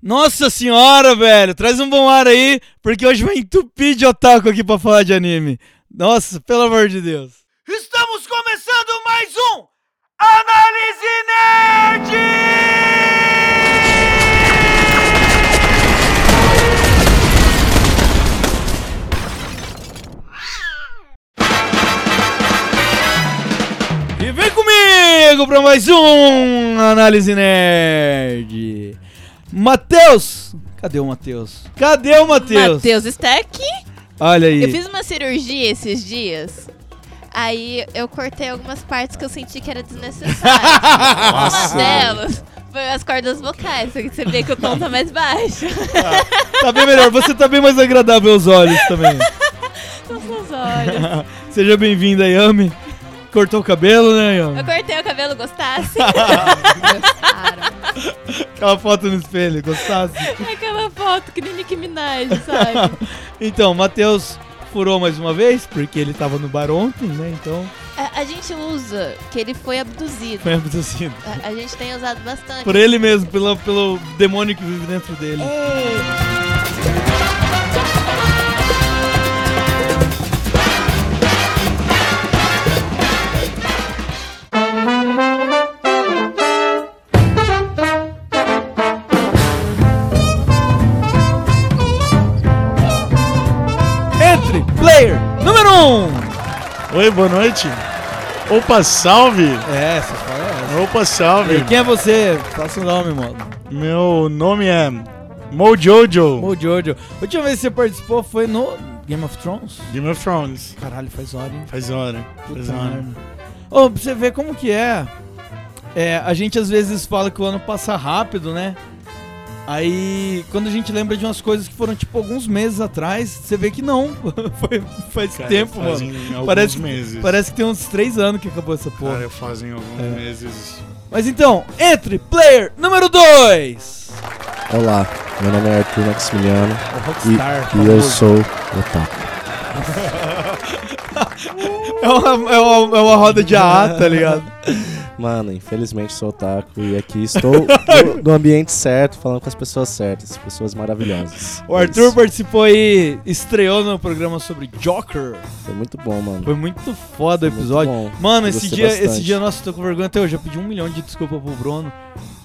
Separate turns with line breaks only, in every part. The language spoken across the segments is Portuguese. Nossa senhora, velho, traz um bom ar aí, porque hoje vai entupir de otaku aqui pra falar de anime. Nossa, pelo amor de Deus.
Estamos começando mais um Análise Nerd!
E vem comigo pra mais um Análise Nerd. Matheus! Cadê o Matheus? Cadê o Matheus?
Matheus está aqui.
Olha aí.
Eu fiz uma cirurgia esses dias. Aí eu cortei algumas partes que eu senti que era desnecessário.
Nossa.
Uma delas foi as cordas vocais, que você vê que o tom tá mais baixo.
Tá bem melhor, você tá bem mais agradável aos olhos também.
São seus olhos.
Seja bem-vinda, Yami. Cortou o cabelo, né,
Eu
Yami?
cortei o cabelo, gostasse?
Aquela foto no espelho, gostasse?
É Aquela foto que nem Nicki Minaj, sabe?
Então, Matheus furou mais uma vez, porque ele tava no bar ontem, né? Então,
A, a gente usa que ele foi abduzido.
foi abduzido.
A, a gente tem usado bastante.
assim, Por ele mesmo, pela, pelo demônio que vive dentro dele.
Ei,
Entre, player número 1! Um.
Oi, boa noite. Opa, salve!
É, essa fala é essa.
Opa,
E
salve!
quem é você? Faça o nome, mano.
Meu nome é Mojojo
Ô, Jojo. A última vez que você participou foi no Game of Thrones?
Game of Thrones.
Caralho, faz hora, hein?
Faz hora, faz
Puta
hora.
merda. Ô, pra você ver como que é. É, a gente às vezes fala que o ano passa rápido, né? Aí, quando a gente lembra de umas coisas que foram, tipo, alguns meses atrás, você vê que não. Foi, faz um
Cara,
tempo,
fazem
mano.
Alguns
Parece que-
meses.
Parece que tem uns três anos que acabou essa porra.
Cara, fazem alguns
É.
meses.
Mas então, entre player número 2.
Olá, meu nome é Arthur Maximiliano e,
É Rockstar.
e eu
famoso.
sou otaku.
É uma, é, uma, é uma roda de AA, tá ligado?
Mano, infelizmente sou otaku e aqui estou no, no ambiente certo, falando com as pessoas certas, pessoas maravilhosas.
O
É
Arthur
isso.
participou aí, estreou no programa sobre Joker.
Foi muito bom, mano.
Foi muito foda o
Muito
episódio.
bom.
Mano,
Eu
esse
gostei
dia,
bastante.
esse dia, nossa, tô com vergonha até hoje. Eu pedi um milhão de desculpa pro Bruno.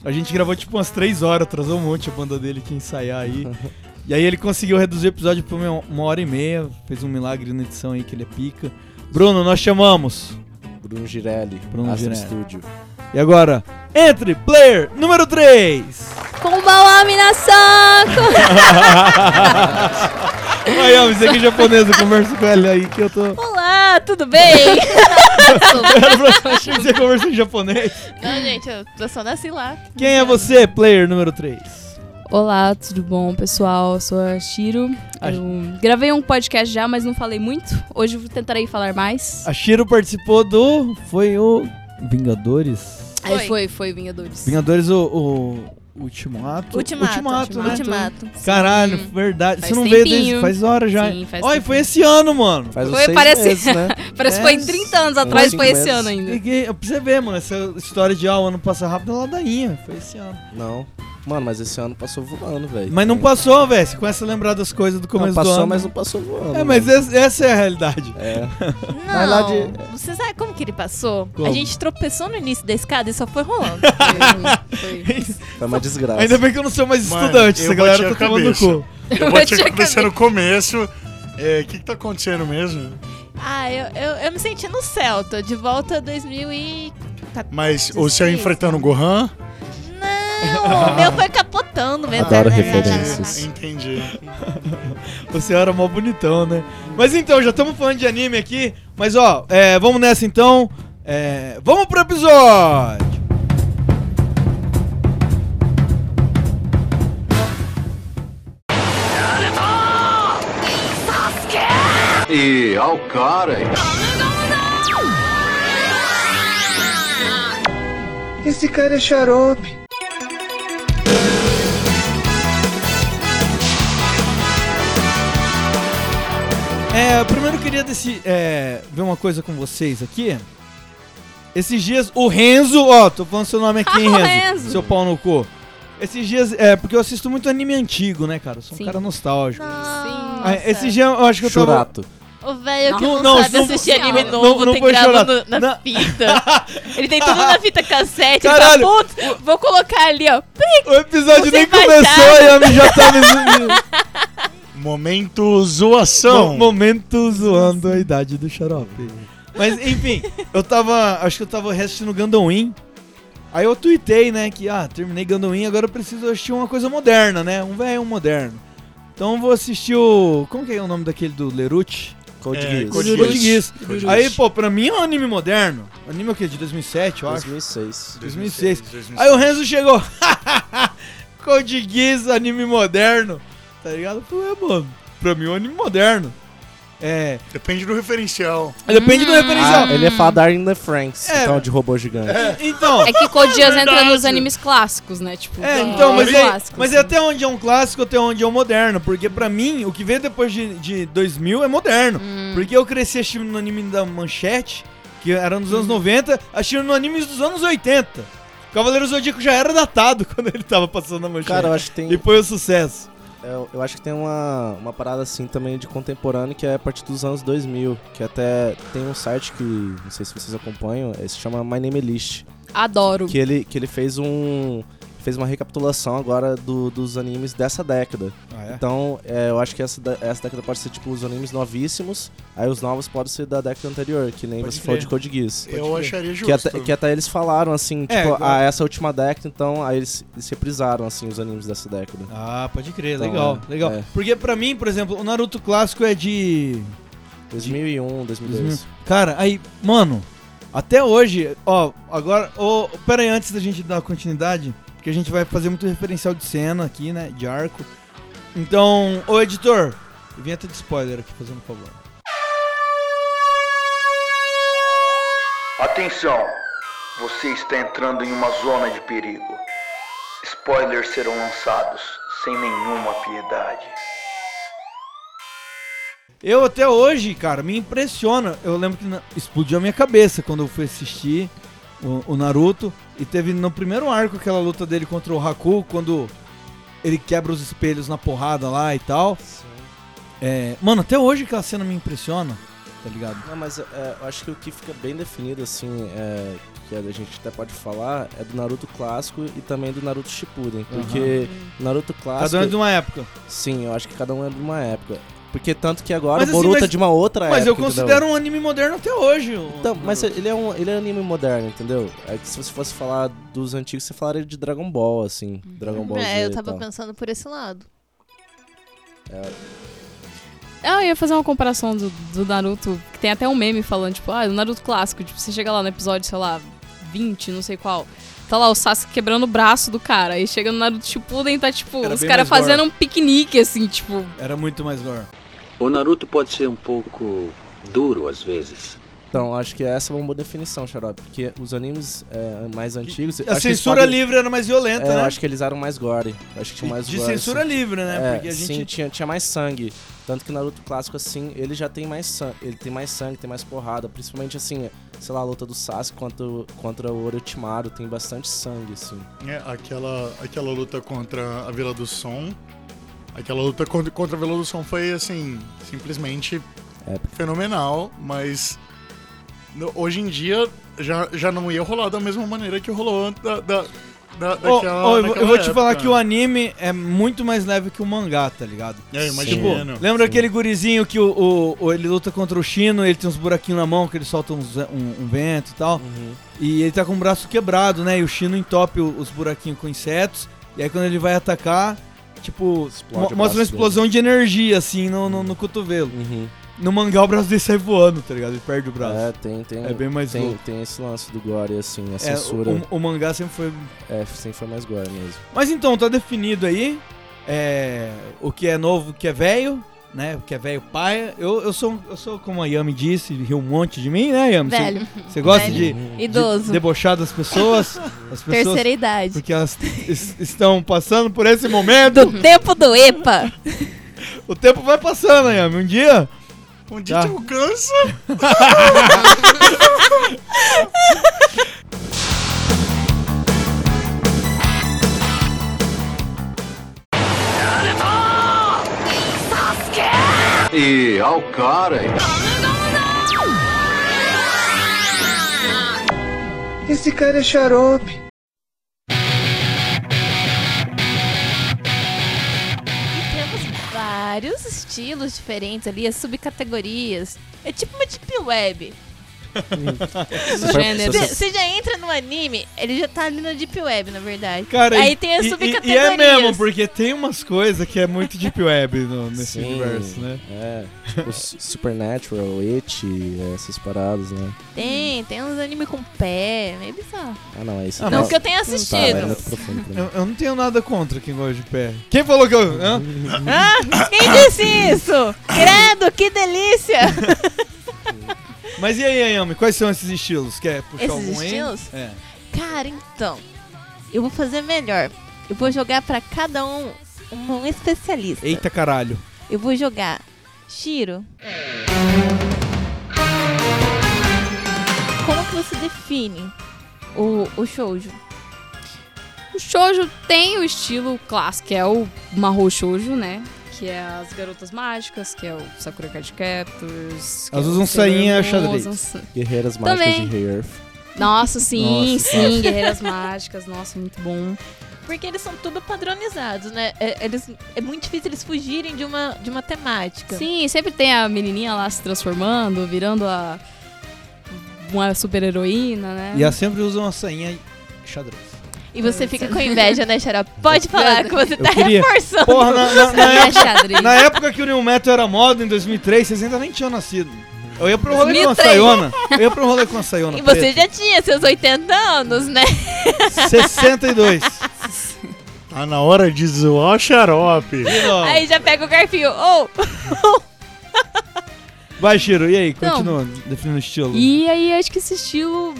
A gente gravou tipo umas três horas, atrasou um monte a banda dele que ia ensaiar aí. e aí ele conseguiu reduzir o episódio pra uma uma hora e meia. Fez um milagre na edição aí que ele é pica. Bruno, nós chamamos.
Bruno Girelli,
Bruno
Bruno Astro
Girelli.
Studio.
E agora, entre player número 3.
Konbawa minasan!
Aí, ó, você que é japonesa, conversa com ela aí que eu tô.
Olá, tudo bem?
Achei que você conversa em japonês.
Não, gente, eu, eu só nasci lá.
Quem é você, player número 3?
Olá, tudo bom, pessoal? Eu sou a Shiro.
A-
Eu gravei um podcast já, mas não falei muito. Hoje eu tentarei falar mais.
A Shiro participou do. Foi o. Vingadores?
Aí foi, foi, Vingadores.
Vingadores, o, o Ultimato.
Ultimato.
Ultimato, né?
Ultimato.
Caralho,
Sim.
verdade.
Faz
Você não veio
tempinho.
desde. Faz hora já.
Sim, faz
Olha,
tempo.
foi esse ano, mano.
Faz uns
Foi,
seis
parece-
meses, né?
Parece que
É,
foi 30 anos
uns
atrás, foi
cinco
esse
meses.
ano ainda.
Liguei- Pra você ver, mano, essa história de ah, o ano passa rápido é ladainha. Foi esse ano.
Não. Mano, mas esse ano passou voando, velho.
Mas não
Tem-
passou, velho. Você começa a lembrar das coisas do começo
Não, passou,
do ano.
mas não passou voando.
É, mas
mano.
es- essa é a realidade.
É. Vai lá
Não,
de-
você sabe como que ele passou?
Como?
A gente tropeçou no início da escada e só foi rolando.
Foi.
É
Foi uma desgraça.
Ainda bem que eu não sou mais
Mano,
estudante,
eu
essa galera tá
bati a
tomando
cabeça.
no cu.
Eu vou te
tinha
acontecer no começo. É, O que, que tá acontecendo mesmo?
ah, eu, eu, eu me senti no céu, tô de volta a 2000 e...
Mas o céu enfrentando o Gohan?
Não, o meu foi capotando mesmo.
Adoro
né?
referências.
É, Entendi.
Você era mó bonitão, né? Mas então, já estamos falando de anime aqui. Mas ó, é, vamos nessa então. É, vamos pro episódio!
E ao cara. Esse cara é xarope.
É, primeiro eu queria desse- é, ver uma coisa com vocês aqui. Esses dias, o Renzo, ó, tô falando seu nome aqui, hein,
Ah, o
Renzo,
Renzo.
Seu pau no cu. Esses dias. É, porque eu assisto muito anime antigo, né, cara? Eu sou um
Sim.
cara nostálgico.
Nossa.
Ah, esses dias eu acho que eu tava.
Churato.
O velho que
Não,
não,
não,
sabe
não
assistir
vou-
anime
não,
novo
não
tem
vou chorar.
gravado na
Não.
fita. Ele tem tudo na fita cassete.
Caralho.
Ele fala, "Putz, vou colocar ali, ó.
O episódio
Você
nem
vai
começou
dar.
e a Ami já tava me- me-
Momento zoação.
Mo- Momento zoando a idade do xarope. Mas enfim, eu tava. Acho que eu tava assistindo Gundam Wing. Aí eu tuitei, né, que ah, terminei Gundam Wing, agora eu preciso assistir uma coisa moderna, né? Um velho moderno. Então eu vou assistir o. Como que é o nome daquele do Lerucci?
Code
É,
Geass.
Code
Code Geass.
Geass.
Aí, pô, pra mim é um anime moderno. Anime é o quê? De 2007, eu acho.
2006.
2006. Aí o Renzo chegou. Code Geass, anime moderno. Tá ligado? Pô, é, mano. Pra mim é um anime moderno. É.
Depende do referencial.
Depende do referencial.
Ah, ele é Fadar in the Franks,
É.
então, de robô gigante.
Então.
É que Codias entra
Verdade.
nos animes clássicos, né? Tipo,
É,
tem
então, mas,
vários
é,
clássicos,
mas é
né?
até onde é um clássico, até onde é um moderno. Porque pra mim, o que veio depois de, de 2000 é moderno.
Hum.
Porque eu cresci assistindo no anime da Manchete, que era nos
Hum.
anos 90, assistindo no anime dos anos 80. Cavaleiro Zodíaco já era datado quando ele tava passando na Manchete.
Cara, eu acho que tem, é,
E foi o sucesso.
eu, eu acho que tem uma, uma parada assim também de contemporâneo que é a partir dos anos 2000, que até tem um site que, não sei se vocês acompanham, eh, se chama My Name is List,
Adoro.
que ele, que ele fez um... Fez uma recapitulação agora do- dos animes dessa década.
É?
Então, eh, eu acho que essa, da- essa década pode ser tipo os animes novíssimos, aí os novos podem ser da década anterior, que nem
Pode
você falou
crer.
de Code Geass.
Eu acharia justo.
Que até, que até eles falaram, assim,
É,
tipo,
igual-
ah, essa última década, então, aí eles, eles reprisaram, assim, os animes dessa década.
Ah, pode crer,
Então,
legal,
é,
legal.
é.
Porque pra mim, por exemplo, o Naruto clássico é de
2001, 2002.
Uhum. Cara, aí, mano, até hoje, ó, agora, ô, pera aí, antes da gente dar continuidade, porque a gente vai fazer muito referencial de cena aqui, né, de arco. Então, ô editor, vinheta de spoiler aqui, fazendo favor.
Atenção! Você está entrando em uma zona de perigo. Spoilers serão lançados sem nenhuma piedade.
Eu até hoje, cara, me impressiona. Eu lembro que na- explodiu a minha cabeça quando eu fui assistir o, o Naruto. E teve no primeiro arco aquela luta dele contra o Haku, quando ele quebra os espelhos na porrada lá e tal. É, mano, até hoje aquela cena me impressiona, tá ligado?
Não, mas é, eu acho que o que fica bem definido, assim, é, que a gente até pode falar, é do Naruto clássico e também do Naruto Shippuden. Porque Naruto
Cada
clássico...
um é de uma época.
Sim, eu acho que cada um é de uma época. Porque tanto que agora
Mas,
o
assim,
Boruto é
mas-
de uma outra
Mas
época,
eu
entendeu?
considero um anime moderno até hoje. o
Então, mas
Naruto.
ele é, um, ele é anime moderno, entendeu? É que se você fosse falar dos antigos, você falaria de Dragon Ball, assim.
Uhum.
Dragon Ball Z
É, eu
e
tava
tal.
pensando por esse lado.
Ah, eu ia fazer uma comparação do, do Naruto, que tem até um meme falando, tipo, ah, o Naruto clássico, tipo, você chega lá no episódio, sei lá, 20, não sei qual, tá lá o Sasuke quebrando o braço do cara, aí chega no Naruto Shippuden, tá, tipo,
Era
os
bem
caras
mais
fazendo um piquenique, assim, tipo,
Era muito mais lore.
O Naruto pode ser um pouco duro às vezes.
Então, acho que essa é uma boa definição, Xarope. Porque os animes é, mais antigos...
A
acho que eles
censura
podem-
livre era mais violenta,
É, eu
né?
acho que eles eram mais gore. Eu Acho que tinha mais
de
gore,
censura
assim.
livre, né?
É,
Porque a gente.
sim, tinha, tinha mais sangue. Tanto que o Naruto clássico, assim, ele já tem mais sangue. Ele tem mais sangue, tem mais porrada. Principalmente, assim, sei lá, a luta do Sasuke contra, o- contra o Orochimaru. Tem bastante sangue, assim.
É, aquela, aquela luta contra a Vila do Som. Aquela luta contra, contra a Vila do Som foi, assim, simplesmente
Épica.
fenomenal, mas no- hoje em dia já, já não ia rolar da mesma maneira que rolou da, da, da,
Ô,
daquela.
ô, eu, vou-
daquela
eu vou te falar
época. né?
que o anime é muito mais leve que o mangá, tá ligado?
É,
Tipo,
imagino.
lembra aquele gurizinho que o, o- o- ele luta contra o Shino, ele tem uns buraquinhos na mão que ele solta uns- um, um vento e tal.
Uhum.
E ele tá com o braço quebrado, né? E o Shino entope o- os buraquinhos com insetos. E aí quando ele vai atacar, tipo,
Explode
mo-
o braço
mostra uma
dele.
explosão de energia, assim, no, no, no cotovelo.
Uhum.
No mangá o braço dele sai voando, tá ligado? Ele perde o braço.
É, tem, tem.
É bem mais
tem,
louco.
tem esse lance do gore, assim, a
É,
censura.
o, o mangá sempre foi
É, sempre foi mais gore mesmo.
Mas então, tá definido aí é, o que é novo, o que é velho, né? O que é velho paia. Eu, eu, sou, eu sou, como a Yami disse, riu um monte de mim, né, Yami? Você-
Velho,
Você gosta
Velho.
de, de
idoso,
debochar das pessoas, as pessoas
terceira idade.
porque elas es- estão passando por esse momento.
Do tempo do EPA.
O tempo vai passando, Yami. Um dia,
Um dia
Tá.
te alcança.
E ao cara. Esse cara é xarope.
E temos vários estilos diferentes ali, as subcategorias. É tipo uma deep web.
Você foi-
Gênero.
você-
Você você já entra no anime, ele já tá ali na deep web, na verdade.
Cara,
Aí
e-
tem
e-
as
e, e
subcategorias.
é mesmo, porque tem umas coisas que é muito deep web no- nesse
Sim.
universo, né?
É, tipo S- Supernatural, It, essas paradas, né?
Tem, tem uns anime com pé, meio bizarro.
Ah, não, é isso.
Ah,
Não
mas-
que eu tenha
tá, é
assistido.
muito profundo pra mim.
Eu, eu não tenho nada contra quem gosta de pé. Quem falou que eu. hã?
ah, quem disse isso? Credo, que delícia!
Mas e aí, Ayami, quais são esses estilos? Quer puxar
Esses
algum aí?
estilos?
É.
Cara, então, eu vou fazer melhor. Eu vou jogar pra cada um um especialista.
Eita caralho.
Eu vou jogar Shiro. Como que você define o, o shoujo?
O shoujo tem o estilo clássico, que é o Mahou Shoujo, né? Que é as garotas mágicas, que é o Sakura Card Captors. que
Elas
é o
usam sainha
Sailor Moon,
xadrez.
usam sa-
Guerreiras Mágicas
Também.
de Rei Earth.
Nossa, sim,
Nossa,
sim,
nossa.
Guerreiras Mágicas, nossa, muito bom.
Porque eles são tudo padronizados, né? É, eles, é muito difícil eles fugirem de uma, de uma temática.
Sim, sempre tem a menininha lá se transformando, virando a uma super heroína, né?
É.
E elas sempre usam uma sainha e xadrez.
E você fica com inveja, né, Xará? Pode falar que você tá
queria.
reforçando.
Porra, na, na- na
Sainha
época,
é xadrez.
na época que o New Metal era moda, em 2003, vocês ainda nem tinham nascido. Eu ia pro rolê com a
2003.
Sayona. Eu ia pro rolê com a Sayona.
E você
preta.
já tinha seus 80 anos, né?
62.
Tá na hora de zoar o xarope.
Não.
Aí já pega o garfinho. Ou,
Vai, Shiro, e aí?
Então.
Continua definindo o estilo.
E aí acho que esse estilo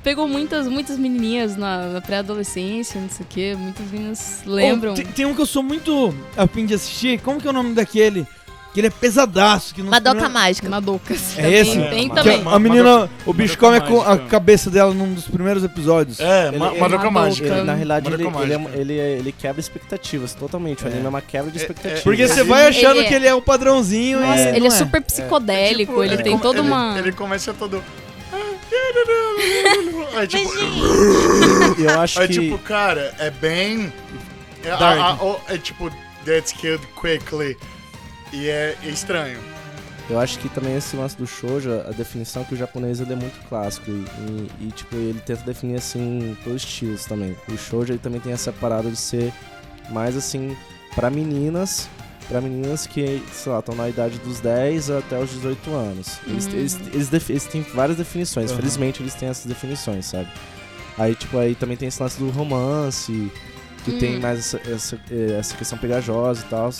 pegou muitas, muitas menininhas na, na pré-adolescência, não sei o quê. Muitas meninas lembram.
Oh, tem, tem um que eu sou muito a fim de assistir. Como que é o nome daquele? Que ele é pesadaço. Que não
Madoka
não-
Mágica.
Madoka.
É esse?
assim, Tem, tem
É,
Que
também.
a, a menina, o
Madoka
bicho come a, co- a
Mágica.
cabeça dela num dos primeiros episódios.
É,
Ele-
ma
ele-
Madoka
Madoka.
Mágica.
Ele, na realidade, ele,
Madoka
ele, é-
Mágica.
ele, ele quebra expectativas totalmente. O anime é uma quebra de
É, é,
expectativas.
Porque
Ele-
você vai
ele
achando
é.
que ele é o padrãozinho
Nossa,
e
ele
não
é super
É
psicodélico,
tipo,
ele tem
come-
toda
ele-
uma.
Ele começa todo. "Ah, Aí, tipo,
E eu acho
aí,
que...
tipo, cara, é bem. É, a-
Dark.
a- o- é tipo, that's killed quickly. E é estranho.
Eu acho que também esse lance do shoujo, a definição é que o japonês ele é muito clássico e, e- e, tipo ele tenta definir assim pelos estilos também. O shoujo ele também tem essa parada de ser mais assim pra meninas, pra meninas que, sei lá, estão na idade dos 10 até os 18 anos. Eles,
Uhum.
eles, eles, def- eles têm várias definições,
Aham.
felizmente eles têm essas definições, sabe? Aí tipo aí também tem esse lance do romance, que
Uhum.
tem mais essa, essa, eh, essa questão pegajosa e tal.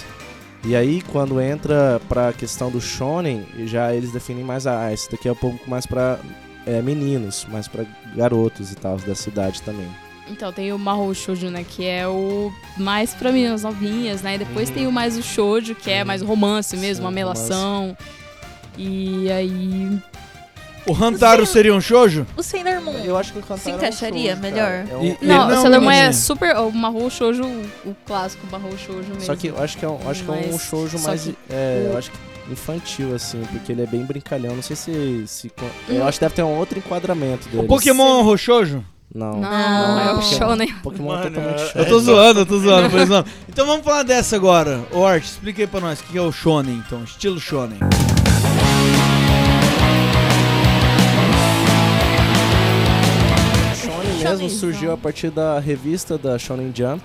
E aí, quando entra pra questão do shonen, já eles definem mais, ah, esse daqui é um pouco mais pra é, meninos, mais pra garotos e tal, dessa idade também.
Então, tem o Mahou Shoujo, né? Que é o mais pra meninas novinhas, né? E depois tem o mais o Shoujo, que é mais romance
Sim,
mesmo, uma melação. E aí.
é. O Hantaro seria um shoujo?
o Sailor Moon.
Eu acho que o Kantaro
Se
é um
encaixaria
shoujo, cara.
melhor?
É um-
E-
é-
Ele não
Não,
é
o
um
Sailor Moon é
menininho.
super. O Mahou Shoujo, o clássico Mahou Shoujo mesmo.
Só que eu acho que é um, acho que é um
Mas-
shoujo
só
mais
que-
é, eu acho que infantil, assim, porque ele é bem brincalhão. Não sei se. se co-
Hum.
eu acho que deve ter um outro enquadramento dele.
O Pokémon é um roxojo?
Não.
Não, é o
Não.
Shonen.
Pokémon é
Mano,
totalmente
é-
shoujo.
Eu tô zoando, eu tô zoando, por exemplo. Então vamos falar dessa agora. Ô, Art, explica aí pra nós o que é o shonen, então. Estilo shonen.
Shonen mesmo
Shonenzão.
surgiu a partir da revista da Shonen Jump,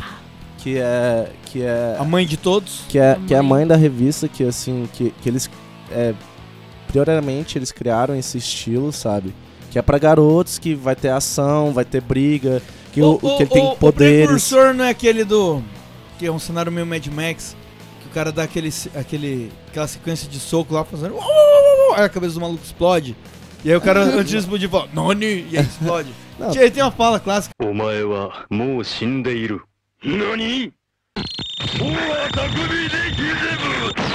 que é que é
A mãe de todos?
que é,
A
que é a
mãe.
mãe da revista que assim que, que eles é, prioriamente eles criaram esse estilo, sabe? Que é pra garotos que vai ter ação, vai ter briga, que o, o que ele tem
O
poderes.
precursor não é aquele do... Que é um cenário meio Mad Max. Que o cara dá aquele, aquele, aquela sequência de soco lá, fazendo... "Uau, uau, uau", Aí a cabeça do maluco explode. E aí o cara, antes de explodir, fala... Noni! E aí explode.
Não.
Tinha- Tem uma fala clássica.
お前はもう死んでいる。何おわたくびできれば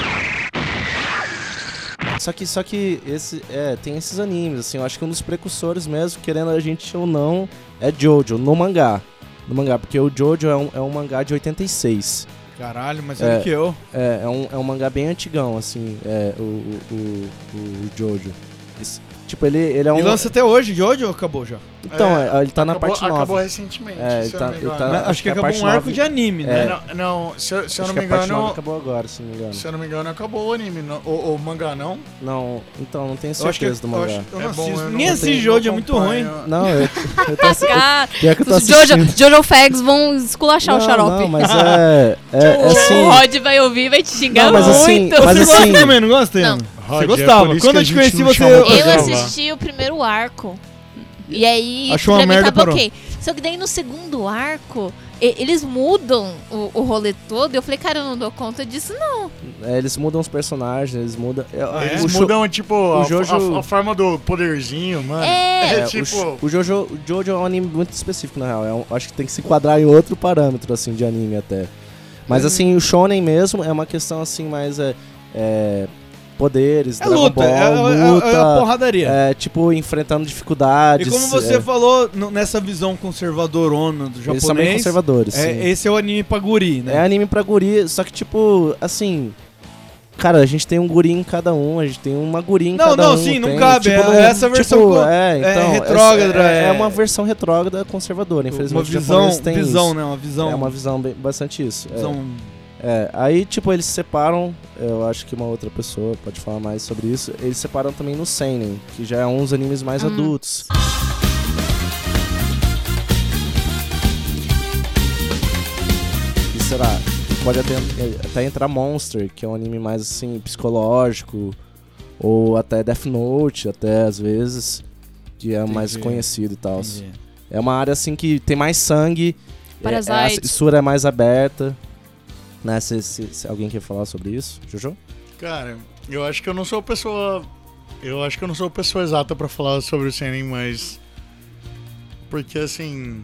Só que só que esse é, tem esses animes assim, eu acho que um dos precursores mesmo, querendo a gente ou não, é Jojo no mangá. No mangá, porque o Jojo é um, é um mangá de 86.
Caralho, mas olha
É.
que eu.
É, é um, é um mangá bem antigão, assim, é, o, o, o, o Jojo. Esse- tipo, ele, ele é um.
E lança até hoje, Jojo ou acabou já?
Então, é, ele tá na
acabou,
parte nova.
acabou recentemente,
É,
se eu não
tá-
me engano.
tá-
Mas acho,
acho
que
que a
acabou
parte
um arco
nove-
de anime, né?
É.
Não, não, se, eu- se eu
Acho
não me
que a parte nova
engano.
acabou agora, se não me engano.
Se eu não me engano, acabou o anime, não, ou, ou o mangá não.
Não, então, não tenho
Eu acho que
certeza do
eu
mangá.
acho- eu não
É
assisto.
bom, eu não
Nem
tenho-
assisto
não
Jojo, é muito ruim.
acompanho.
Não, eu, eu tô assi-
Cara,
Pior que eu tô
os
Tá assistindo.
Jojo, Jojo Fags vão esculachar o
Não,
xarope.
Não, mas é. É, é
O
assim.
Rod vai ouvir e vai te xingar
Não, mas assim-
muito.
mas
Então, você
assim-
gosta também, não gosta? Ian?
Não.
Rod,
Você
é
gostava.
por isso
Quando
que
eu te
gente
conheci,
não
você- assim,
chama pra
Eu
Eu
gravar.
assisti o primeiro arco. E aí,
Achou
pra
uma
mim
merda,
tava
parou.
ok. Só que daí no segundo arco, e- eles mudam o, o rolê todo. E eu falei, cara, eu não dou conta disso, não.
é, eles mudam os personagens, eles mudam. é,
Eles
o Jo-
mudam, tipo, a,
Jojo-
a- a forma do poderzinho, mano.
É,
É, o
tipo.
Jo- o, Jojo, o Jojo é um anime muito específico, na real. É um- acho que tem que se enquadrar em outro parâmetro, assim, de anime até.
Uhum.
Mas, assim, o shonen mesmo é uma questão, assim, mais... É, é, poderes,
É
Dragon
luta,
Ball,
é, é- é-
luta...
é a porradaria.
é, tipo, enfrentando
e
dificuldades.
como você
é,
falou no- nessa visão conservadorona do
Eles são bem
japonês,
conservadores,
é,
sim.
esse é o anime pra guri,
É
né?
anime pra guri, só que, tipo, assim... Cara, a gente tem um guri em cada um, a gente tem uma guri em
Não,
cada um.
não, sim, não
tem-
cabe, é- é essa versão
tipo,
co-
é,
é
então, essa-
retrógrada,
É, é
é-
uma versão retrógrada conservadora,
uma
É, infelizmente. os
visão,
japoneses têm
visão,
isso.
né? Uma visão.
É uma visão bem- bastante isso. é.
visão-
É, aí, tipo, eles separam. Eu acho que uma outra pessoa pode falar mais sobre isso. Eles separam também no Seinen, que já é uns animes mais
Hum.
adultos. E será? Pode até, é, até entrar Monster, que é um anime mais assim, psicológico. Ou até Death Note, até às vezes. Que é mais
Entendi.
conhecido e tal.
Entendi.
É uma área assim que tem mais sangue, é-
Parasite.
é, a censura é mais aberta. Né, se, se- se alguém quer falar sobre isso, Jojo?
Cara, eu acho que eu não sou a pessoa. Eu acho que eu não sou a pessoa exata pra falar sobre o Senin, mas. Porque assim.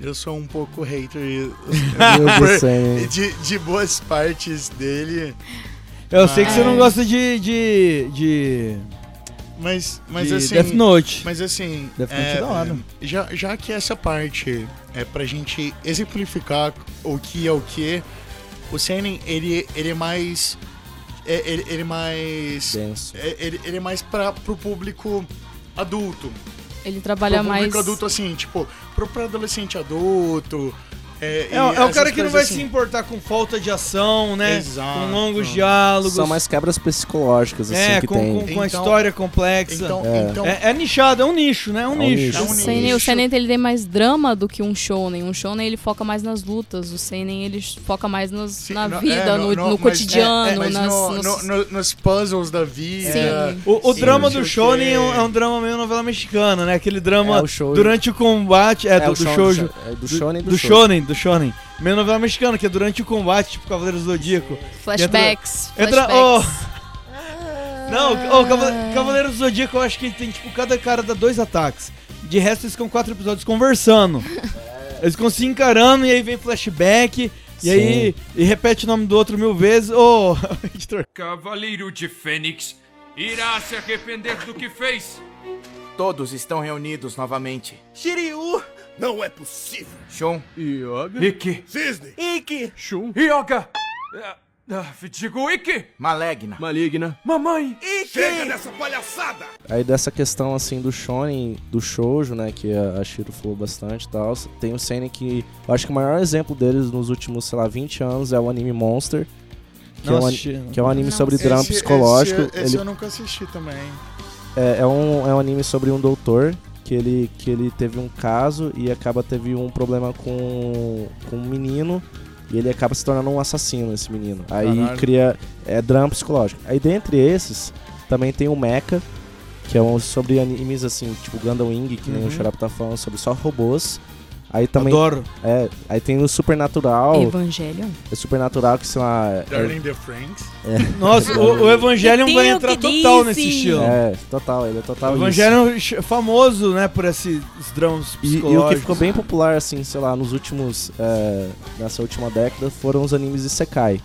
Eu sou um pouco hater e-
Deus do céu,
e
hein?
de, de boas partes dele. É.
Eu sei que você não
Mas-
gosta de. de. de,
Mas, mas
de
assim.
Death Note.
Mas assim.
Deve ter sido da hora.
Já, já que essa parte é pra gente exemplificar o que é o que, o Senin, ele, ele é mais. é- Ele, ele é mais.
Denso.
é- Ele, ele é mais pra, pro público adulto.
Ele trabalha
pro
mais.
público adulto, assim, tipo, pro, pro adolescente adulto. É,
É, é o cara que não vai se
se
importar com falta de ação, né?
assim Exato.
Com longos diálogos.
São mais quebras psicológicas, assim,
é,
que
com,
tem.
com, com a
Então-
história complexa.
Então,
É.
então
é, é nichado, é um nicho, né? É um,
um
nicho.
nicho.
O
um
Seinen, o
nicho.
Seinen ele tem mais drama do que um shonen. Um shonen ele foca mais nas lutas. O Seinen ele foca mais nas-
Sim,
na
no- é,
vida, no, no
mas-
cotidiano,
é, é, mas
nas,
no-
nos-
no- no- nos puzzles da vida.
Sim.
O, o
Sim,
drama
não
do
sei o
Shonen
quê.
é um, é um drama meio novela mexicana, né? Aquele drama
É, o shoujo.
durante o combate. É, do,
o
do
shonen-
shoujo.
é do shonen e do,
do
shoujo.
Shonen, do Shonen. Meio novela mexicana, que é durante o combate, tipo Cavaleiros do Zodíaco.
flashbacks.
Entra- oh!
flashbacks.
Não, o Cavaleiros do Zodíaco, eu acho que tem, tipo, cada cara dá dois ataques. De resto, eles ficam quatro episódios conversando. Eles ficam se encarando e aí vem flashback. E
Sim.
aí e repete o nome do outro mil vezes. Ô, editor.
Cavaleiro de Fênix irá se arrepender do que fez.
Todos estão reunidos novamente.
Shiryu! Não é possível!
Shon,
Ikki! Cisne! Ikki! Shun! Yoga! Ah, ah, digo Ikki!
Malegna.
Maligna! Mamãe! Ikki! Chega dessa palhaçada!
Aí dessa questão, assim, do shonen, do shoujo, né, que a a Shiro falou bastante e tal. Tem o Seinen que... Eu acho que o maior exemplo deles nos últimos, sei lá, 20 anos é o anime Monster. Que, é, um, ani- que é um anime
Nossa.
sobre drama
Esse-
psicológico.
Esse, é um esse
Ele-
eu nunca assisti também.
É, é um, é um anime sobre um doutor que ele, que ele teve um caso e acaba teve um problema com, com um menino e ele acaba se tornando um assassino, esse menino. Aí
Caralho.
cria. É drama psicológico. Aí dentre esses, também tem o Mecha, que é um sobre animes assim, tipo Gundam Wing, que nem
Uhum.
o Xarapo tá falando, sobre só robôs. Aí também.
Adoro.
É, aí tem o Supernatural.
Evangelion.
É Supernatural, que sei lá. é-
Darling in the Franks.
Nossa, o, o Evangelion
Tem
vai
o
entrar
que
total
disse.
nesse estilo.
Uhum. É, total, ele é total.
O
isso.
Evangelion é famoso, né, por esses dramas
E, e o
psicológicos.
que ficou bem popular, assim, sei lá, nos últimos. é, nessa última década, foram os animes de Sekai.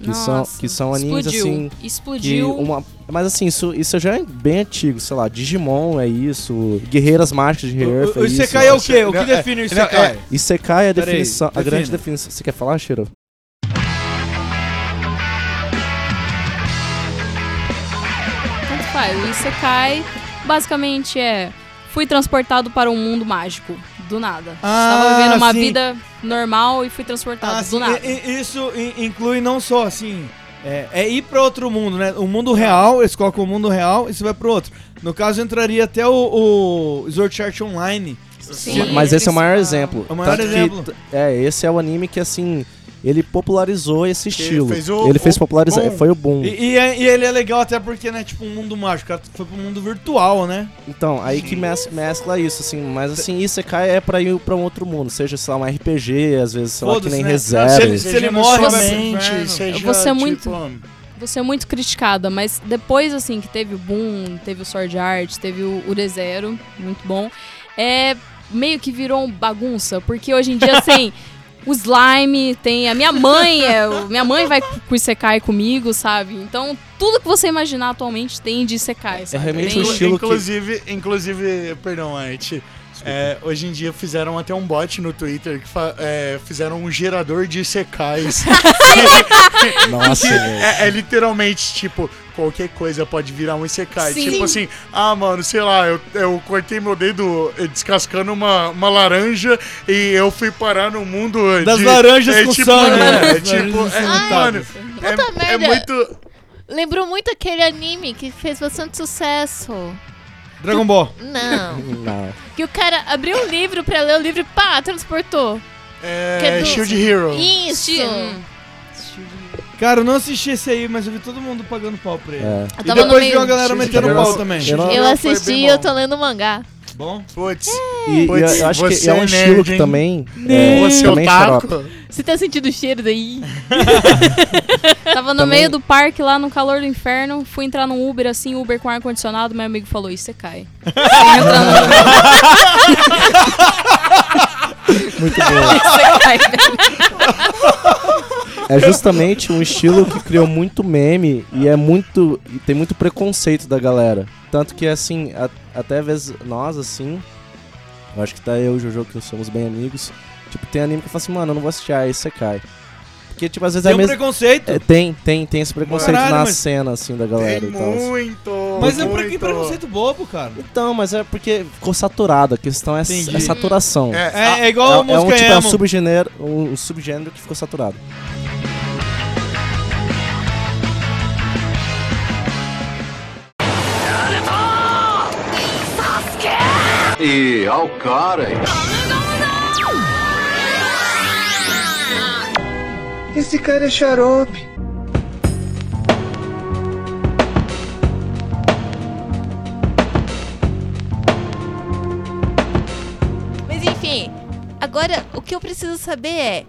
Que são,
Nossa.
que são animes
Explodiu.
assim. Que
Explodiu.
uma, mas assim, isso, isso já é bem antigo, sei lá, Digimon é isso, Guerreiras Mágicas de Rei
O, o
é isso.
Isekai é o quê? O
Não,
que
é-
define o
não,
Isekai?
Isekai é
Peraí,
a
tá
definição, a grande
defina.
definição. Você quer falar, Shiro?
faz. O Isekai basicamente é fui transportado para um mundo mágico, do nada.
Ah,
Estava vivendo uma
sim.
vida normal e fui transportado
Ah,
Tá, do
sim,
nada.
e- e- isso in- inclui não só assim. É, é ir pra outro mundo, né? O mundo real, eles colocam o mundo real e você vai pro outro. No caso, entraria até o, o Sword Art Online.
assim.
Ma- Mas esse é o maior exemplo.
É o maior
Tanto que
exemplo.
t- é, esse é o anime que, assim, ele popularizou esse estilo.
fez o-
ele fez
o
popularizar,
boom.
foi o boom.
E, e é- e ele é legal até porque, né, tipo, um mundo mágico. O cara foi pro mundo virtual, né?
Então, aí que mes- mescla isso, assim. Mas, assim, Isekai é pra ir pra um outro mundo. Seja, sei lá, um RPG, às vezes, sei lá, que
Foda-se,
nem
né?
ReZero.
Se ele- se
Seja
ele
na
morre, né?
sua
vai pro
mente,
inferno.
seja,
Eu vou ser muito-
tipo,
Você é muito criticada, mas depois, assim, que teve o Boom, teve o Sword Art, teve o Urezero, muito bom, é meio que virou um bagunça, porque hoje em dia, assim, o slime tem... A minha mãe, é, o- minha mãe vai com Isekai comigo, sabe? Então, tudo que você imaginar atualmente tem de Isekai, sabe?
É, realmente
Tem-
o estilo- que-
inclusive, inclusive, perdão, Art. é, hoje em dia fizeram até um bot no Twitter que fa- é, fizeram um gerador de secais.
Nossa, velho.
é, é literalmente tipo, qualquer coisa pode virar um Isekai.
Sim.
Tipo assim, ah, mano, sei lá, eu, eu cortei meu dedo eh, descascando uma, uma laranja e eu fui parar no mundo. eh,
Das
de-
laranjas
é,
com
tipo,
sangue, né?
É, é,
Das
tipo,
laranjas
é, mano,
Puta
é, é
merda.
muito.
Lembrou muito aquele anime que fez bastante sucesso.
Dragon Ball.
Não.
Não.
que o cara abriu um livro pra ler o livro e pá, transportou. Que é
É,
do-
Shield Hero.
Isso.
Esti- hum.
Cara, eu não assisti esse aí, mas eu vi todo mundo pagando pau pra ele.
É.
Eu
E
tava no
depois
meio.
viu a galera
Shield
metendo
Hero.
pau também.
Eu não-
Eu
Foi
assisti
bem
e eu
bom.
tô lendo mangá.
Bom?
Putz,
E, e eu,
Putz,
eu acho que
você
é um
é
estilo
nerd,
que
hein?
também.
Hum.
é,
você é
um
também xarope.
otaku.
Você tá sentindo o cheiro daí?
Tava no
Também-
meio do parque lá no calor do inferno, fui entrar num Uber assim, Uber com ar condicionado, meu amigo falou: "Isso você cai". Fui entrar no Uber,
Muito bom.
você cai.
É justamente um estilo que criou muito meme e é muito. e tem muito preconceito da galera. Tanto que assim, a- até às vezes nós, assim, eu acho que tá eu e o Jojo que somos bem amigos. Tipo, tem anime que eu falo assim, mano, eu não vou assistir, aí você cai. Porque, tipo, às vezes
Tem
é
um
mesmo.
preconceito.
é, tem, tem, tem esse preconceito
Caralho,
na
mas-
cena, assim, da galera
Tem
e tal. assim.
muito.
mas é
muito.
pre- preconceito bobo, cara.
Então, mas é porque ficou saturado, a questão é, s-
Entendi.
é saturação. É,
É,
É, é
é,
igual a
um,
música
tipo, é um
emo.
subgênero, um subgênero que ficou saturado.
E ao cara.
Esse cara é xarope.
Mas enfim, agora o que eu preciso saber é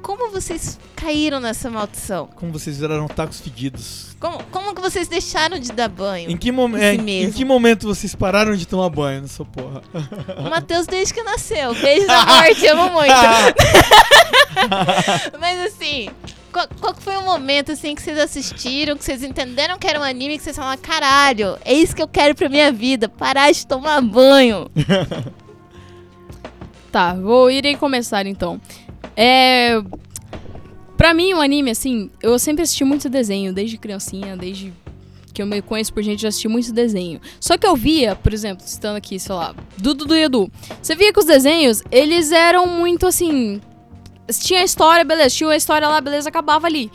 como vocês caíram nessa maldição?
Como vocês viraram tacos fedidos.
Como, como que vocês deixaram de dar banho?
Em que, momen-
Esse
é, em
mesmo.
que momento vocês pararam de tomar banho nessa porra?
O Matheus desde que nasceu. Beijo da morte, amo muito. Mas assim, qual, qual que foi o momento assim que vocês assistiram, que vocês entenderam que era um anime, que vocês falaram, caralho, é isso que eu quero pra minha vida, parar de tomar banho.
Tá, vou irei começar então. É. Pra mim, o anime, assim, eu sempre assisti muito desenho, desde criancinha, desde que eu me conheço por gente, já assisti muito desenho. Só que eu via, por exemplo, citando aqui, sei lá, Dudu do Edu. Você via que os desenhos, eles eram muito assim. Tinha a história, beleza, tinha a história lá, beleza, acabava ali.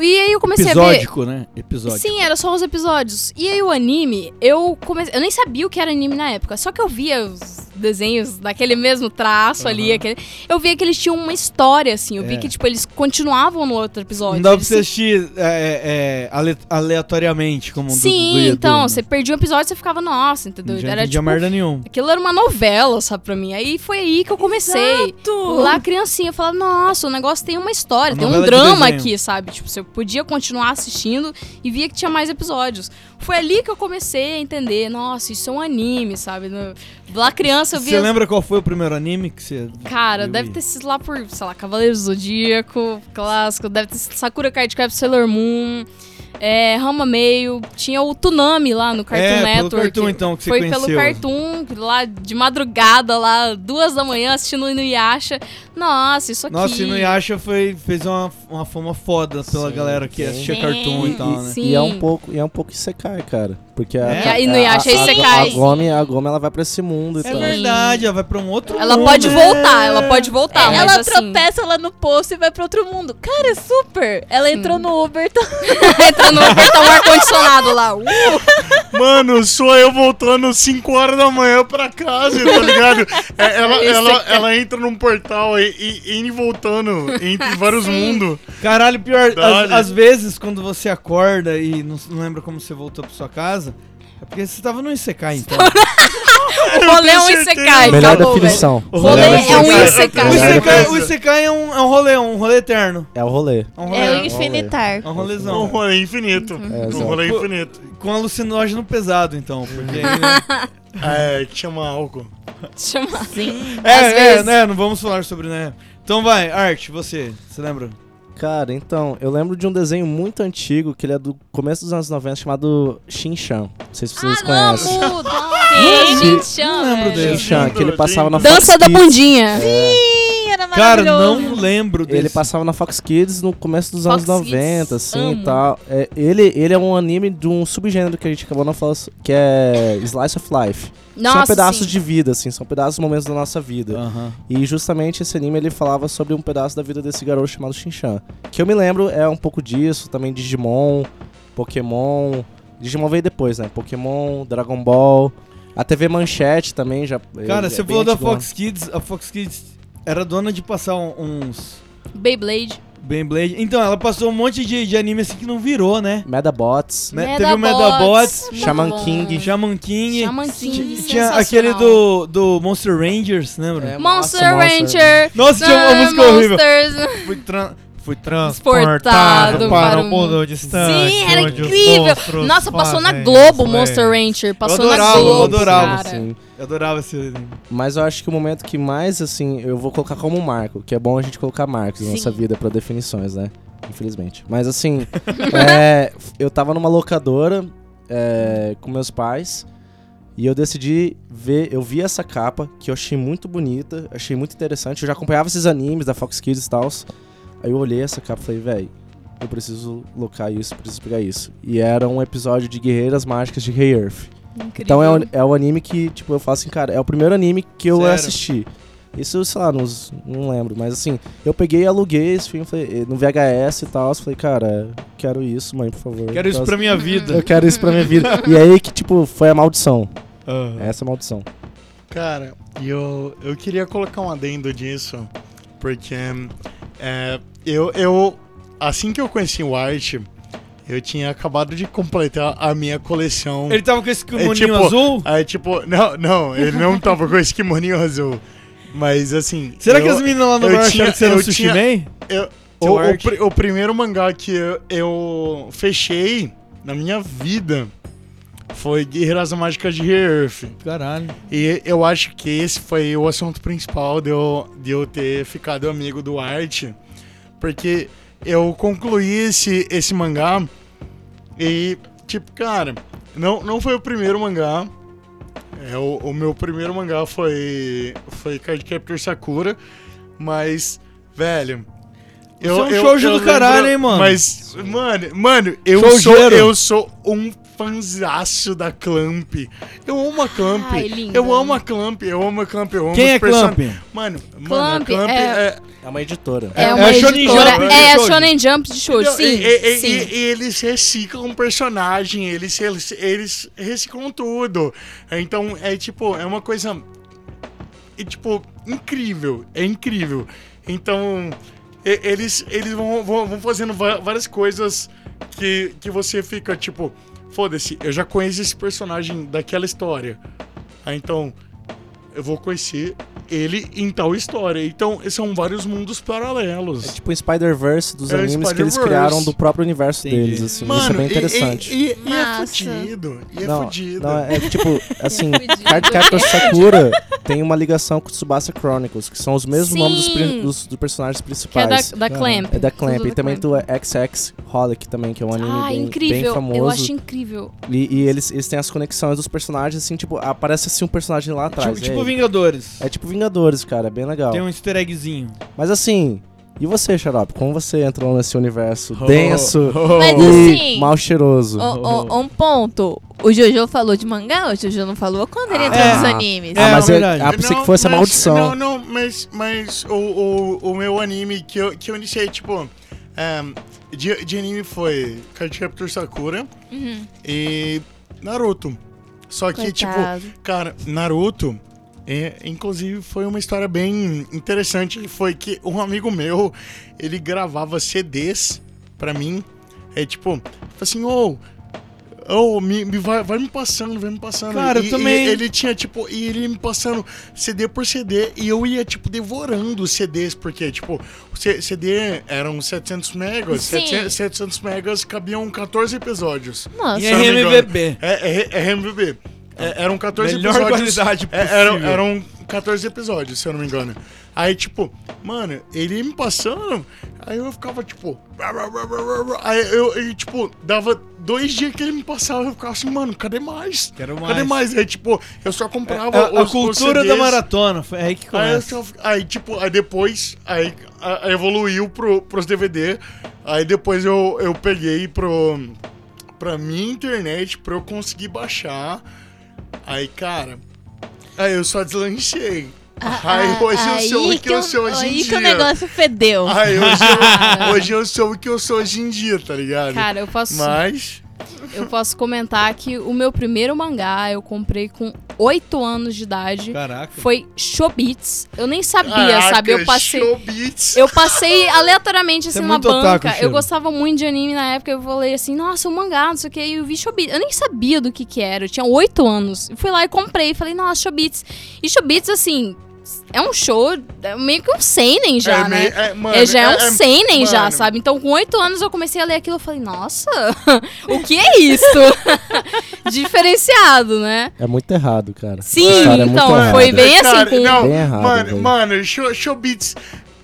E aí eu comecei a ver.
Episódico, né? Episódio.
Sim, era só os episódios. E aí o anime, eu comecei. Eu nem sabia o que era anime na época. Só que eu via os desenhos daquele mesmo traço ali.
Aham.
Aquele, eu via que eles tinham uma história, assim. Eu
É.
vi que, tipo, eles continuavam no outro episódio.
Não dá pra
Eles
você assistir é, é, é, ale- aleatoriamente, como um do-
Sim,
do Edu,
então,
né?
você perdia um episódio e você ficava, nossa, entendeu?
Não tinha
Era
entendido
tipo.
merda nenhuma.
Aquilo era uma novela, sabe, pra mim. Aí foi aí que eu comecei. Lá, criancinha, eu falava, nossa, o negócio tem uma história,
Uma
tem um
novela de
drama
desenho.
aqui, sabe? Tipo, você podia continuar assistindo e via que tinha mais episódios. Foi ali que eu comecei a entender, nossa, isso é um anime, sabe? No- Lá criança eu
Você
via.
lembra qual foi o primeiro anime que você.
Cara,
viu
deve
e-
ter sido lá por, sei lá, Cavaleiro do Zodíaco, clássico, deve ter sido Sakura Card Captor Sailor Moon. é, Rama Meio, tinha o Tsunami lá no Cartoon
É, pelo
Network.
Cartoon, então, que você
Foi
conheceu.
pelo Cartoon, lá de madrugada, lá duas da manhã, assistindo o Inuyasha. Nossa, isso aqui...
Nossa, e Inuyasha foi, fez uma, uma fama foda pela galera que assistia cartoon e tal, né?
Sim.
E é um pouco, e é um pouco Isekai, cara. Porque a,
É?
a,
E Inuyasha é
a- a-
isekai.
a Gomi, a Gomi, ela vai pra esse mundo e
É
tal.
verdade, ela vai pra um outro
Ela
mundo.
pode voltar, ela pode voltar, mas
É, ela
assim...
tropeça lá no posto e vai pra outro mundo. Cara, é super! Ela entrou no Uber. Tá...
Entra no tá um ar-condicionado lá. Uh!
Mano, sou eu voltando 5 horas da manhã pra casa, tá ligado? É, ela,
Esse
ela,
aqui.
ela entra num portal e, e, indo e voltando entre vários mundos.
Caralho, pior, às,
Dá-lhe.
às vezes quando você acorda e não, não lembra como você voltou pra sua casa, é porque você tava no ICK, então.
O rolê é um
tenho certeza.
Isekai,
Melhor
acabou,
definição.
O
velho. O rolê
Melhor
é um
definição.
o,
Isekai.
Melhor
ICK, o
definição.
ICK é um, é um rolê, um rolê eterno.
É o rolê.
É um rolê,
É o
é
infinitar.
um
É Um
rolezão.
rolê infinito. um
Uhum.
É, exato.
rolê infinito.
Com alucinógeno pesado, então. Porque, aí, né?
É, que chama álcool.
Chama Às
é, é,
vezes.
né? Não vamos falar sobre, né? Então vai, Art, você. Você lembra?
Cara, então, eu lembro de um desenho muito antigo, que ele é do começo dos anos 90, chamado Shin-Chan. Não sei se vocês
Ah,
conhecem.
não, muda. Sim, gente, chama. é.
Não lembro dele.
Shin-Chan, que ele passava na
Dança
Fox
da
Kids.
bundinha.
Sim, era
Cara,
maravilhoso.
não lembro desse.
Tipo, Ele passava na Fox Kids no começo dos
Fox
anos 90,
Kids,
assim,
amo.
e tal. É, ele, ele é um anime de um subgênero que a gente acabou não falando, que é Slice of Life. são
um
Nossa,
pedaços
sim.
de vida, assim, são pedaços momentos da nossa vida.
Aham.
E justamente esse anime ele falava sobre um pedaço da vida desse garoto chamado Shinchan. Que eu me lembro é um pouco disso, também Digimon, Pokémon. Digimon veio depois, né? Pokémon, Dragon Ball. A TV Manchete também já.
Cara,
é
você
bem
falou da
antigona.
Fox Kids. A Fox Kids era dona de passar um- uns
Beyblade.
Beyblade. Então, ela passou um monte de, de anime assim que não virou, né?
Medabots,
Me- Teve o Medabots,
muito
Shaman
bom.
King.
Shaman King.
Uhum. Shaman King,
Ti- Tinha
sensacional.
aquele do, do Monster Rangers, lembra?
É,
Monster
Monster,
Ranger.
Nossa, tinha uma
Ah,
música horrível.
Monsters.
Fui, tran fui
Transportado
transportado
para
para
um-
um mundo distante.
Sim, era
onde os
incrível.
monstros
Nossa, passou na
fazem
Globo
os
Monster
bem.
Ranger. Passou
adorava,
na
eu
Globo.
adorava,
cara.
Sim.
Eu adorava esse anime.
Mas eu acho que o momento que mais, assim, eu vou colocar como um marco, que é bom a gente colocar marcos na nossa vida pra definições, né? Infelizmente. Mas assim, é, eu tava numa locadora é, com meus pais e eu decidi ver, eu vi essa capa que eu achei muito bonita, achei muito interessante. Eu já acompanhava esses animes da Fox Kids e tal. Aí eu olhei essa capa e falei, véi, eu preciso locar isso, preciso pegar isso. E era um episódio de Guerreiras Mágicas de Rei Earth.
Incrível.
Então é o, é o anime que, tipo, eu falo assim, cara, é o primeiro anime que eu
Sério?
assisti. Isso, sei lá, nos, não lembro, mas assim, eu peguei e aluguei esse filme falei, eh, no VHS e tal, eu falei, cara, quero isso, mãe, por favor.
Quero isso
Então,
pra minha
Eu
vida.
quero isso pra minha vida. E aí que, tipo, foi a maldição.
Ah.
Essa é a maldição.
Cara, e eu, eu queria colocar um adendo disso, porque é, eu, eu, assim que eu conheci o Art, eu tinha acabado de completar a minha coleção.
Ele tava com esse kimoninho
tipo,
azul?
Aí, tipo, não, não, ele não tava com esse kimoninho azul. Mas assim.
Será
eu-
que as meninas lá no
eu
bar
tinha-
acharam que você era
eu
um sushi
tinha-
man?
eu-
Seu
o, o,
Art.
pri- o primeiro mangá que eu, eu fechei na minha vida foi Guerreiras Mágicas de Re-Earth.
Caralho.
E eu acho que esse foi o assunto principal de eu, de eu ter ficado amigo do Art. Porque eu concluí esse, esse mangá e, tipo, cara, não, não foi o primeiro mangá. É, o, o meu primeiro mangá foi, foi Card Captor Sakura, mas, velho.
é um shoujo do caralho, hein, mano?
Mas, mano, mano, eu sou,
Shoujeiro.
eu sou um fanzaço da Clamp. Eu amo a Clamp.
Ai, linda.
eu amo a Clamp, eu amo a Clamp, eu amo
Quem
os
é
person-
Clamp?
Mano, mano, a
Clamp
Clamp
é-
é,
É uma editora.
É
É uma
a Shonen
editora.
Jump de
É a
shoujo.
Shonen Jump de shoujo.
Não,
Sim,
e- e-
sim.
e- e eles reciclam um personagem, eles, eles, eles reciclam tudo. Então é tipo, é uma coisa. É tipo, incrível. É incrível. Então, e- eles, eles vão, vão, vão fazendo va- várias coisas que, que você fica tipo, foda-se, eu já conheço esse personagem daquela história. Ah, então, eu vou conhecer ele em tal história. Então, são vários mundos paralelos.
É tipo o Spider-Verse dos
É o
animes que eles
Spider-Verse.
criaram do próprio universo
Entendi.
deles, assim. isso é bem
e-
interessante.
E, e- e é
Massa.
fudido. E é
não,
fudido.
não, é tipo, assim,
Fudido.
Card Captor Sakura tem uma ligação com o Tsubasa Chronicles, que são os mesmos
Sim.
nomes dos, pri- dos- dos personagens
Que é da,
principais.
da Clamp.
É da Clamp.
Tudo
E também
Clamp.
do XX Holic também, que é um anime
Ah,
bem,
incrível.
bem famoso.
Eu acho incrível.
E, e eles, eles têm as conexões dos personagens, assim, tipo, aparece assim um personagem lá atrás.
Tipo, tipo
é, ele.
Vingadores.
é tipo Vingadores, cara, é bem legal.
Tem um easter eggzinho.
Mas assim, e você, Xarope? Como você entrou nesse universo
Oh.
denso
Mas
e
assim,
mal cheiroso?
o- o- um ponto. O Jojo falou de mangá, o Jojo não falou quando ele entrou
É.
nos animes.
ah, mas
é
eu,
verdade.
ah, pensei
Não,
que fosse
mas-
a maldição.
Não, não, mas, mas o, o, o meu anime que eu, que eu iniciei, tipo, ehm, de, de anime foi Card Captor Sakura
Uhum.
e Naruto. Só que,
Coitado.
tipo, cara, Naruto, é, inclusive, foi uma história bem interessante. que Foi que um amigo meu, ele gravava CDs pra mim. É tipo, assim, ô, Oh, me, me vai, vai me passando, vai me passando.
Cara, eu
E-
também.
e ele tinha, tipo, e ele ia me passando CD por CD e eu ia, tipo, devorando os CDs, porque, tipo, o C- CD eram 700 megas,
Sim.
700, 700 megas cabiam 14 episódios.
E
Nossa.
eu não me engano.
RMVB.
É, é, é RMVB. É, eram 14
Melhor
episódios.
qualidade
É, eram,
possível.
eram 14 episódios, se eu não me engano. Aí, tipo, mano, ele ia me passando, aí eu ficava, tipo. "Rá, rá, rá, rá, rá", Aí eu, e, tipo, dava dois dias que ele me passava, eu ficava assim, mano, cadê mais?
Quero
Cadê
mais.
mais? Aí, tipo, eu só comprava.
É a, a
os- os
cultura da
CDs.
maratona, foi aí que
Aí, eu
começa.
só- aí, tipo, aí depois, aí, a- aí evoluiu pro, pros DVD, aí depois eu, eu peguei pro, pra minha internet pra eu conseguir baixar, aí, cara, aí eu só deslanchei.
Ah,
aí hoje eu sou o que eu sou hoje em
Aí Ah, que
dia. Ah.
o negócio fedeu.
Aí hoje eu, hoje eu sou o que eu sou hoje em dia, tá ligado?
Cara, eu posso,
Mas,
eu posso comentar que o meu primeiro mangá eu comprei com 8 anos de idade.
Caraca.
Foi Shobits. Eu nem sabia,
caraca, é
sabe? Eu passei.
showbiz.
Eu passei aleatoriamente,
Você
assim,
é
numa
muito otaku,
banca.
Cheiro.
eu gostava muito de anime na época. Eu falei assim, nossa, um mangá, não sei o que. E eu vi Shobits. Eu nem sabia do que que era. Eu tinha oito anos. Eu Fui lá e comprei. Falei, nossa, Shobits. E Shobits, assim, é um show, é meio que um seinen já,
É
né?
meio- é, mano,
é, já é um
é- é-
seinen já,
mano.
sabe? Então, com oito anos, eu comecei a ler aquilo. Eu falei, nossa, o que é isso? Diferenciado, né?
É muito errado, cara.
Sim,
Cara, é muito
então,
errado.
foi bem assim,
Cara,
com
não,
Bem errado,
mano,
velho.
mano, show, Showbiz,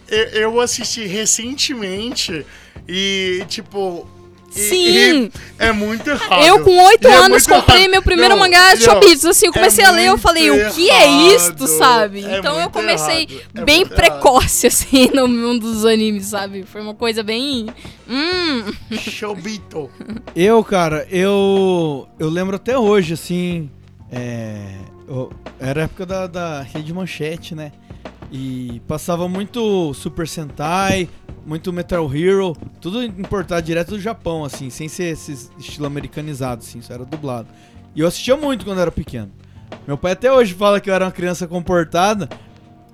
eu, eu assisti recentemente e, tipo... e-
Sim.
e é muito errado.
Eu, com 8
E é
anos,
muito
comprei
errado.
meu primeiro
Não,
mangá de
não,
Shobits. Assim, eu comecei
é
a ler, eu
muito
falei, o que é
errado.
isto, sabe?
É
então eu
muito
comecei
errado. É
bem
muito
precoce, assim, no mundo dos animes, sabe? Foi uma coisa bem. Hum.
errado. Showbito.
Eu, cara, eu. Eu lembro até hoje, assim. é, eu- era a época da, da Rede Manchete, né? E passava muito Super Sentai, muito Metal Hero, tudo importado direto do Japão, assim, sem ser esse estilo americanizado, assim, isso era dublado. E eu assistia muito quando era pequeno. Meu pai até hoje fala que eu era uma criança comportada,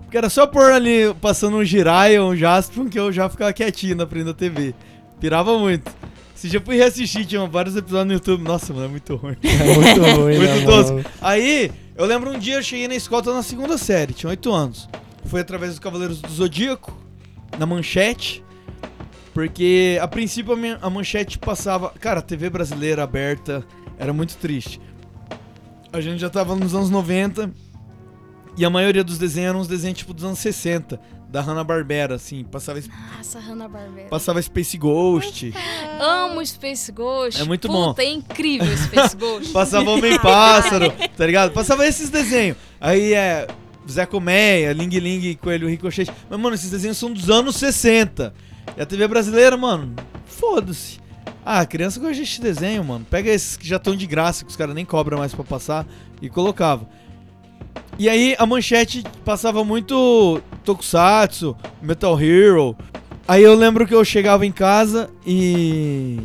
porque era só pôr ali, passando um Jiraiya, um Jaspion, que eu já ficava quietinho na frente da TV. Pirava muito. Esse dia eu fui reassistir, tinha vários episódios no YouTube. Nossa, mano, é muito ruim.
É muito ruim, né,
Muito
mano?
tosco. Aí, eu lembro um dia eu cheguei na escola, tava na segunda série, tinha 8 anos. Foi através dos Cavaleiros do Zodíaco, na manchete. Porque a princípio a, minha- a manchete passava. Cara, a TV brasileira aberta era muito triste. A gente já tava nos anos 90 e a maioria dos desenhos eram uns desenhos tipo dos anos 60, da Hanna-Barbera, assim. Passava,
Nossa, Hanna-Barbera.
passava Space Ghost.
Amo Space Ghost.
É muito
Puta,
bom.
é incrível Space Ghost.
Passava Homem Pássaro, tá ligado? Passava esses desenhos. Aí é. Zé Colmeia, Ling Ling, Coelho Ricochete. Mas, mano, esses desenhos são dos anos 60. E a TV brasileira, mano, foda-se. Ah, criança gosta desse desenho, mano. Pega esses que já estão de graça, que os caras nem cobram mais pra passar, e colocava. E aí a manchete passava muito Tokusatsu, Metal Hero. Aí eu lembro que eu chegava em casa e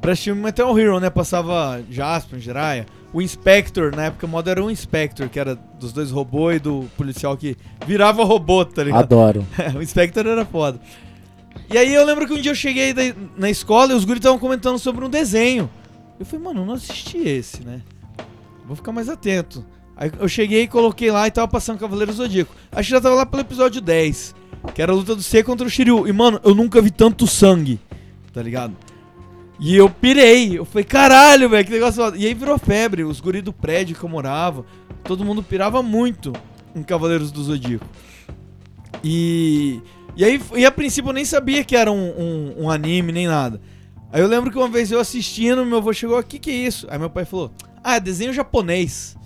pra assistir o Metal Hero, né? Passava Jasper, Jiraiya, o Inspector, na época o moda era o Inspector, que era dos dois robôs e do policial que virava robô, tá ligado?
Adoro.
o Inspector era foda. E aí eu lembro que um dia eu cheguei da- na escola e os guris estavam comentando sobre um desenho. Eu falei, mano, eu não assisti esse, né? Vou ficar mais atento. Aí eu cheguei, coloquei lá e tava passando Cavaleiro Zodíaco. Acho que já tava lá pelo episódio 10, que era a luta do C contra o Shiryu. E, mano, eu nunca vi tanto sangue, tá ligado? E eu pirei. Eu falei, caralho, velho, que negócio. foda." E aí virou febre. Os guris do prédio que eu morava, todo mundo pirava muito. em Cavaleiros do Zodíaco. E. E aí, e a princípio eu nem sabia que era um, um- um anime nem nada. Aí eu lembro que uma vez eu assistindo, meu avô chegou, o que que é isso? Aí meu pai falou, ah, é desenho japonês.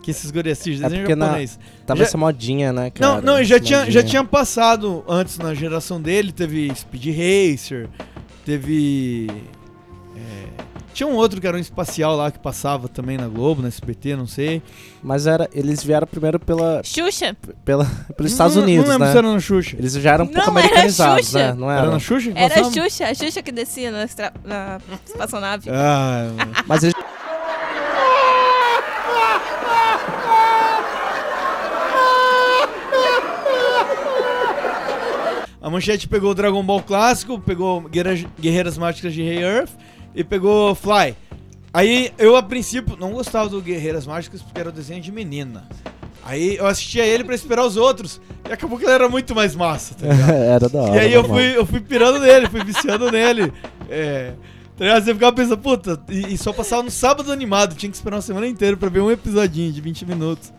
Que esses guri assistem,
É
desenho
porque na-
japonês.
Tava
Já-
essa modinha, né, cara?
não, não, e já
Essa
tinha, já
modinha.
tinha passado antes na geração dele, teve Speed Racer, teve. é, tinha um outro que era um espacial lá que passava também na Globo, na SBT, não sei.
Mas era, eles vieram primeiro pela,
Xuxa?
pela, pelos Estados
Não-
Unidos,
Não lembro
né?
se era na Xuxa.
Eles já eram um pouco
Não, era
americanizados,
Xuxa.
né? Não
Era
era?
na Xuxa? que
Era a
passava?
Xuxa, a Xuxa que descia na, estra- na espaçonave.
É.
Ah,
Mas eles...
A manchete pegou o Dragon Ball clássico, pegou Guerreiras, Guerreiras Mágicas de Rei Earth e pegou Fly. Aí eu, a princípio, não gostava do Guerreiras Mágicas porque era o desenho de menina. Aí eu assistia ele pra esperar os outros e acabou que ele era muito mais massa, tá ligado?
era
Ah,
da hora. né,
E aí eu
normal.
fui, eu fui pirando nele, fui viciando nele. É. Tá ligado? Você ficava pensando, puta, e, e só passava no sábado animado, tinha que esperar uma semana inteira pra ver um episodinho de 20 minutos.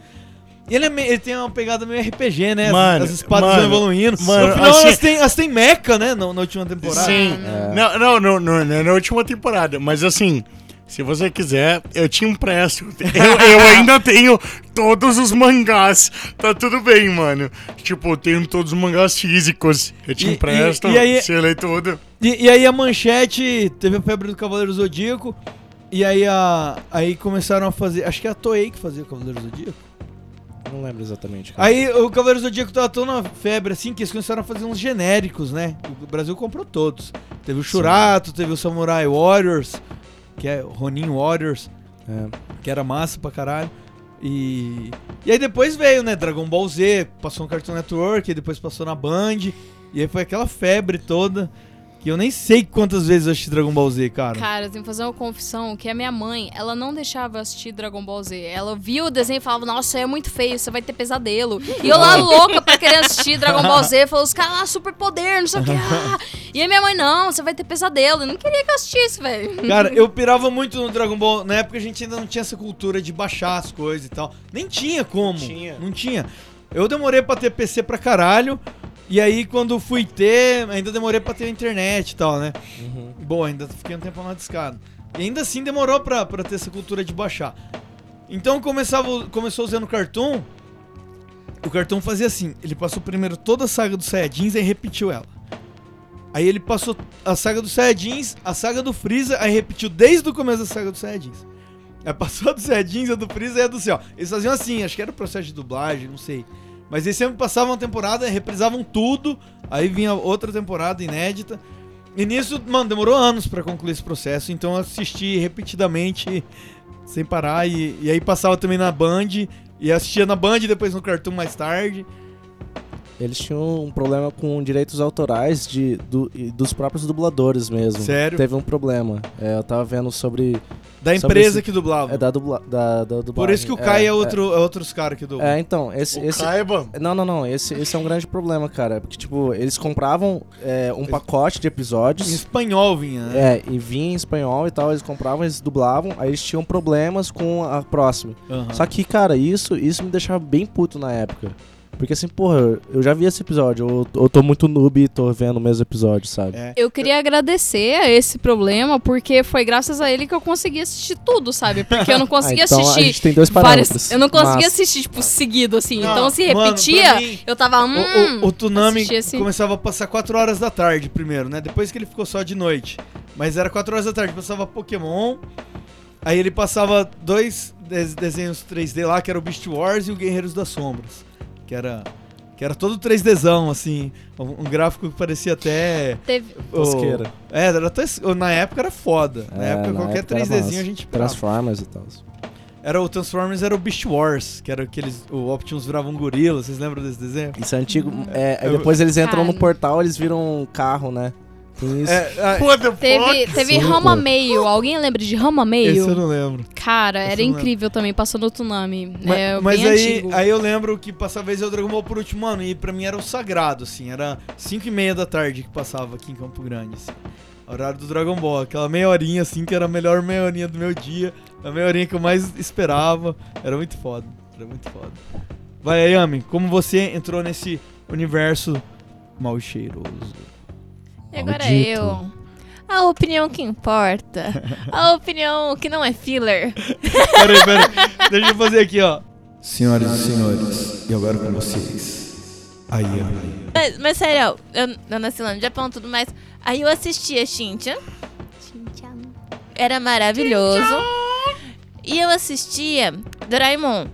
E ele, é meio- ele tem uma pegada meio RPG, né? As-
Mano,
as espadas
mano,
vão evoluindo.
mano,
no final
assim-
elas, têm, elas têm mecha, né? Na, na última temporada.
Sim. Não, não, não, não, não é na última temporada, mas assim, se você quiser, eu te empresto. Eu, eu ainda tenho todos os mangás. Tá tudo bem, mano. Tipo, eu tenho todos os mangás físicos. Eu um te
E- e-
empresto,
e aí-
você lê tudo.
E, e aí a manchete teve a febre do Cavaleiro Zodíaco. E aí a. Aí começaram a fazer. Acho que é a Toei que fazia o Cavaleiro Zodíaco.
Não lembro exatamente. cara.
Aí o Cavaleiro Zodíaco tava tão na febre assim que eles começaram a fazer uns genéricos, né? O Brasil comprou todos. Teve o Churato, teve o Samurai Warriors, que é Ronin Warriors,
É.
que era massa pra caralho. E. E aí depois veio, né? Dragon Ball Z, passou no Cartoon Network, e depois passou na Band. E aí foi aquela febre toda. Que eu nem sei quantas vezes eu assisti Dragon Ball Z, cara.
Cara, eu tenho que fazer uma confissão que a minha mãe, ela não deixava eu assistir Dragon Ball Z. Ela via o desenho e falava, nossa, é muito feio, você vai ter pesadelo. E eu lá louca pra querer assistir Dragon Ball Z, falou, os caras lá, super poder, não sei o que. ah." E a minha mãe, não, você vai ter pesadelo. Eu não queria que eu assistisse, velho.
Cara, eu pirava muito no Dragon Ball. Na época a gente ainda não tinha essa cultura de baixar as coisas e tal. Nem tinha como.
Tinha.
Não tinha. Eu demorei pra ter PC pra caralho. E aí, quando fui ter, ainda demorei pra ter internet e tal, né? Bom, ainda fiquei um tempo na discada. E ainda assim demorou pra, pra ter essa cultura de baixar. Então começava, o- começou usando o Cartoon. O Cartoon fazia assim: ele passou primeiro toda a saga dos Saiyajins e repetiu ela. Aí ele passou a saga dos Saiyajins, a saga do Freeza, aí repetiu desde o começo da saga dos Saiyajins. Aí passou a dos Saiyajins, a do Freeza e a do Céu. Eles faziam assim, acho que era o processo de dublagem, não sei. Mas eles sempre passavam uma temporada, reprisavam tudo, aí vinha outra temporada inédita. E nisso, mano, demorou anos pra concluir esse processo, então eu assisti repetidamente, sem parar, e, e aí passava também na Band, e assistia na Band, depois no Cartoon mais tarde.
Eles tinham um problema com direitos autorais de, do- e dos próprios dubladores mesmo.
Sério?
Teve um problema. É, eu tava vendo sobre.
Da
Sobre
empresa
esse-
que dublava.
É da, dubla, da, da dublagem.
Por isso que o Kai é, outro, é outros caras que dublam.
É, então, esse. esse
Saiba.
Não, não, não. Esse, esse é um grande problema, cara. Porque, tipo, eles compravam é, um pacote de
Em
episódios.
espanhol vinha, né?
É, e vinha em espanhol e tal, eles compravam, eles dublavam, aí eles tinham problemas com a próxima.
É.
Aham.
Só que, cara, isso, isso me deixava bem puto na época. Porque assim, porra, eu já vi esse episódio, eu, eu tô muito noob e tô vendo o mesmo episódio, sabe?
É.
Eu queria agradecer a esse problema, porque foi graças a ele que eu consegui assistir tudo, sabe? Porque eu não conseguia
então
assistir.
a gente tem dois
várias-
parâmetros.
Eu não conseguia
Mas-
assistir, tipo, seguido, assim. então, se
mano, pra
repetia,
mim,
eu tava.
O-
Hum,
o, o Tsunami
assisti esse-
começava a passar 4 horas da tarde primeiro, né? Depois que ele ficou só de noite. Mas era 4 horas da tarde, passava Pokémon. Aí ele passava dois des- desenhos 3D lá, que era o Beast Wars e o Guerreiros das Sombras. Que era. Que era todo 3Dzão, assim. Um, um gráfico que parecia até.
Teve,
o-
Tosqueira.
é, era até. Na época era foda. Na
É,
época
na
qualquer
época era
3Dzinho a
massa.
gente pirava.
Transformers e tal.
Era o Transformers, era o Beast Wars, que era aqueles. O Optimus virava um gorila, vocês lembram desse desenho?
Isso é antigo. É, aí
Hum, Eu-
depois eles entram no
Cara.
portal, eles viram um carro, né? Tem isso.
É, ah,
What the fuck?
teve, teve
Sim,
Rama
pô.
Meio. Alguém lembra de Rama
esse eu
Meio?
não lembro.
Cara,
esse
era
eu não
incrível também, passou no Tsunami.
Ma-
é,
mas
bem
aí,
antigo.
aí eu lembro que passava vez eu Dragon Ball por último ano, e pra mim era o sagrado, assim, era 5 e meia da tarde que passava aqui em Campo Grande, assim. Horário do Dragon Ball, aquela meia horinha assim, que era a melhor meia horinha do meu dia, a meia horinha que eu mais esperava. Era muito foda, era muito foda. Vai, Ayami, como você entrou nesse universo mal cheiroso?
E agora
Maldito.
eu. A opinião que importa. A opinião que não é filler.
Peraí, peraí. Deixa eu fazer aqui, ó. Senhoras e senhores, e agora com vocês, Ayami.
Mas, mas sério, eu, eu nasci lá no Japão e tudo mais. Aí eu assistia Shinchan. Era maravilhoso. E eu assistia Doraemon.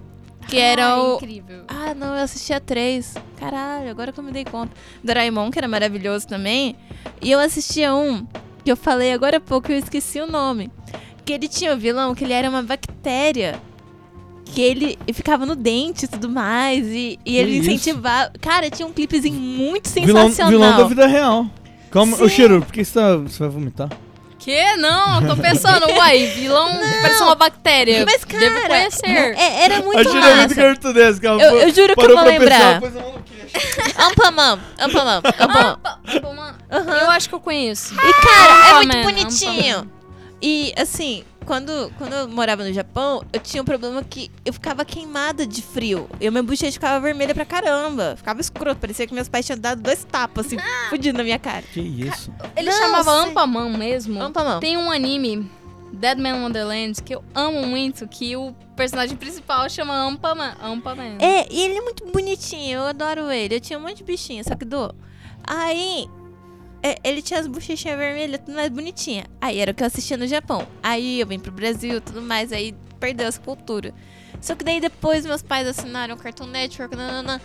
Que era o.
Incrível.
Ah, não, eu assistia três. Caralho, agora que eu me dei conta. Doraemon, que era maravilhoso também. E eu assistia um que eu falei agora há pouco e eu esqueci o nome. Que ele tinha o vilão, que ele era uma bactéria. Que ele ficava no dente e tudo mais. E, e ele
isso?
incentivava. Cara, tinha um clipezinho muito
Vilão,
sensacional.
vilão da vida real. Calma,
Sim.
ô Shiro, por que você, tá, você vai vomitar?
Que? Não, tô pensando, uai, vilão parece uma bactéria.
Mas, cara,
Devo conhecer.
é- era
a
muito
Shiro é muito
massa.
cartunesca. ela
Eu- eu
pa-
juro que eu
parou
vou
pra pensar,
lembrar.
pôs a mão no queixo.
Ampamam, ampamam, ampamam.
Eu acho que eu conheço.
E, cara, é
Ah,
muito
man,
bonitinho. E, assim, quando, quando eu morava no Japão, eu tinha um problema que eu ficava queimada de frio. E minha bochecha ficava vermelha pra caramba. Ficava escroto. Parecia que meus pais tinham dado dois tapas, assim, fudido na minha cara.
Que isso?
Ele
Não,
chamava
sei.
Ampaman mesmo.
Ampamam.
Tem um anime, Dead Man Wonderland, que eu amo muito, que o personagem principal chama Ampaman. Ampaman.
Uhum.
É, e ele é muito bonitinho. Eu adoro ele. Eu tinha um monte de bichinho, só que do... Aí... é, Ele tinha as bochechinhas vermelhas, tudo mais bonitinha. Aí era o que eu assistia no Japão. Aí eu vim pro Brasil, tudo mais. Aí perdeu essa cultura. Só que daí depois meus pais assinaram o Cartoon Network, nananã.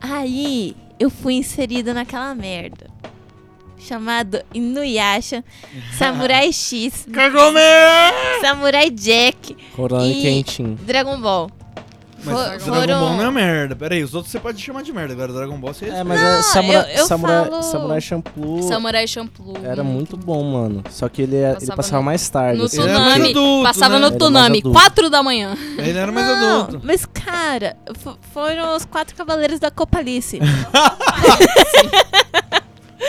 Aí eu fui inserida naquela merda. Chamado Inuyasha, Samurai X, Samurai Jack,
Coronel
E-
Quentin.
Dragon Ball.
Mas
Fo-
Dragon Ball
foram-
não é merda. Pera aí, os outros você pode chamar de merda. Agora Dragon Ball você...
É, mas
Não,
é Samurai,
eu- eu
Samurai,
falo-
Samurai Champloo
Samurai Shampoo.
era muito bom, mano. Só que ele, é- ele
Passava
passava
no-
mais tarde.
No
assim.
Ele era mais
tsunami.
adulto,
Passava
né?
no
Era mais
tsunami,
adulto.
4 da manhã.
Ele era mais
Não,
adulto.
mas cara, fo- foram os quatro cavaleiros da Copalice.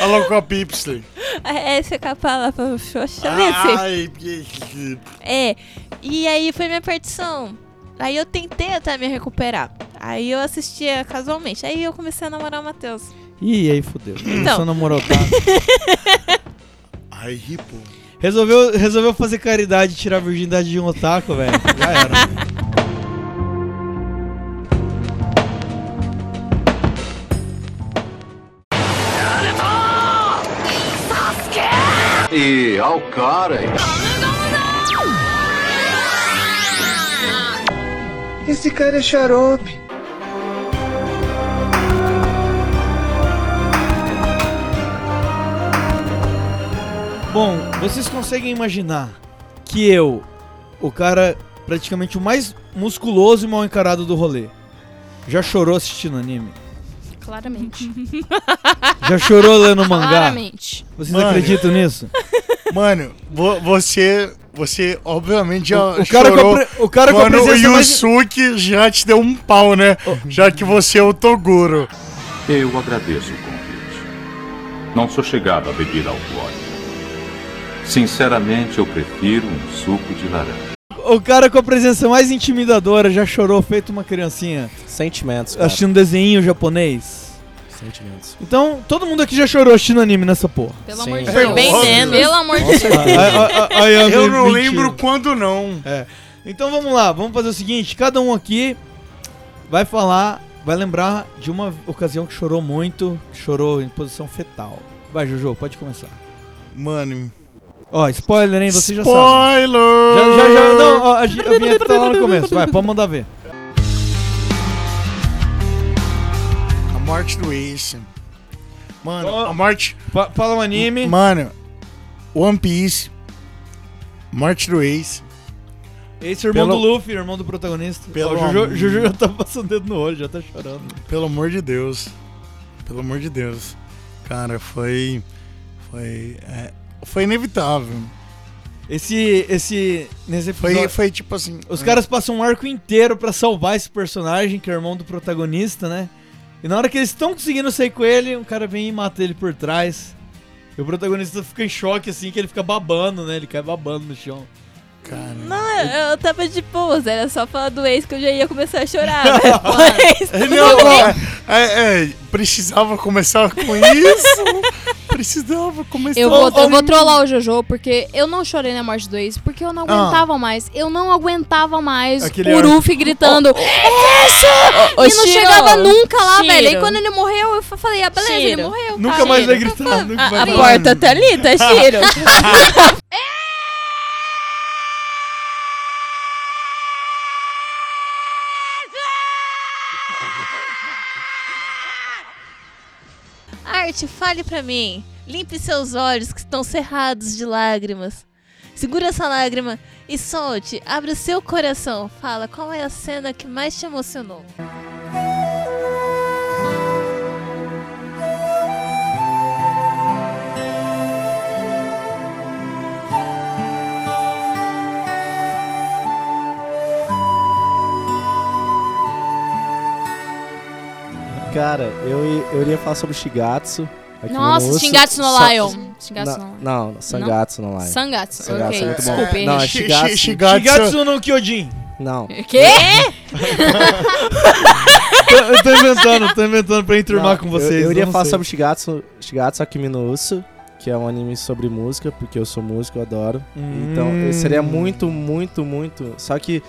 Alô, com a Pipsley.
Essa capa lá pra
Ah.
Xoxalece.
Ai, que- que-
um É, e aí foi minha partição. Aí eu tentei até me recuperar. Aí eu assistia casualmente. Aí eu comecei a namorar o Matheus.
Ih, aí fodeu.
Então.
Só namorou, tá?
Ai, ripo.
Resolveu, resolveu fazer caridade e tirar a virgindade de um otaku, velho. Já era.
E ao cara, hein?
Esse cara é xarope.
Bom, vocês conseguem imaginar que eu, o cara praticamente o mais musculoso e mal encarado do rolê, já chorou assistindo anime?
Claramente.
Já chorou lendo mangá?
Claramente.
Vocês
Mano.
acreditam nisso?
Mano, vo- você. Você, obviamente, já.
O cara, que eu
chorou
pre- o cara que eu
quando o
presenciei mais-
Yusuke já te deu um pau, né?
Oh.
Já que você é o Toguro.
Eu agradeço o convite. Não sou chegado a beber alcoólico. Sinceramente, eu prefiro um suco de laranja.
O cara com a presença mais intimidadora já chorou feito uma criancinha
Sentimentos, cara.
assistindo um desenho japonês.
Sentimentos.
Então, todo mundo aqui já chorou assistindo anime nessa porra.
Pelo
Sim.
amor de
É
Deus.
bem menos.
Pelo amor de Deus.
Ai, ai, ai, ai,
Eu não
mentira.
lembro quando não.
Então vamos lá, vamos fazer o seguinte: cada um aqui vai falar, vai lembrar de uma ocasião que chorou muito, que chorou em posição fetal. Vai, Jojo, pode começar.
Mano.
Ó, spoiler, hein? Você já sabe.
Spoiler!
Já, já, já. Não, ó, a, gi- a vinheta tá lá no começo. Vai, pode mandar ver.
A morte do Ace. Mano,
Ó.
a morte.
Fa- fala um Oh. anime.
Mano, One Piece. Morte do Ace.
Esse é o irmão
Pelo-
do Luffy, irmão do protagonista.
Pelo
Ó, Jojo,
amor.
Jojo já tá passando dedo no olho, já tá chorando.
Pelo amor de Deus. Pelo amor de Deus. Cara, foi. Foi. é, foi inevitável.
Esse. esse. Nesse
Foi,
episódio-
foi tipo assim.
Os
é,
caras passam um arco inteiro pra salvar esse personagem, que é o irmão do protagonista, né? E na hora que eles estão conseguindo sair com ele, um cara vem e mata ele por trás. E o protagonista fica em choque, assim, que ele fica babando, né? Ele cai babando no chão.
Cara,
Não, eu tava de boas, era só falar do ex que eu já ia começar a chorar. né? Mas,
É, Não, não. É, é, precisava começar com isso. precisava começar
Eu vou, eu vou trollar o Jojo, porque eu não chorei na morte do ex, porque eu não
Ah.
aguentava mais. Eu não aguentava mais
Aquele
o
ar- Oh,
Ruffy gritando. "É isso!"
ô,
e não
Shiro,
chegava nunca lá,
Shiro.
velho. E quando ele morreu, eu fa- falei, ah, beleza, ele
Shiro.
morreu.
Nunca
tá.
mais vai
Shiro.
gritar. Nunca
né? a, a
mais vai
porta tá ali, tá cheiro. Arte, fale pra mim. Limpe seus olhos que estão cerrados de lágrimas. Segura essa lágrima e solte. Abre o seu coração. Fala qual é a cena que mais te emocionou.
Cara, eu, i- eu iria falar sobre Shigatsu. aqui no
Nossa,
Osso.
Shingatsu no
Sa-
Lion. Shingatsu no
Na-
Lion.
Não, não, Sangatsu no Lion.
Sangatsu,
Sangatsu
ok.
é muito bom.
Desculpe.
Não, é
Shi-
Shigatsu.
shi-
tá
Shigatsu.
Shigatsu no Kyojin.
Não.
Quê?
Eu tô inventando, tô inventando pra enturmar
Não,
com vocês.
Eu, eu iria
não
falar
sei.
sobre Shigatsu, Shigatsu Akimi no Uso, que é um anime sobre música, porque eu sou músico, eu adoro. Então,
Hum.
eu seria muito, muito, muito. Só que,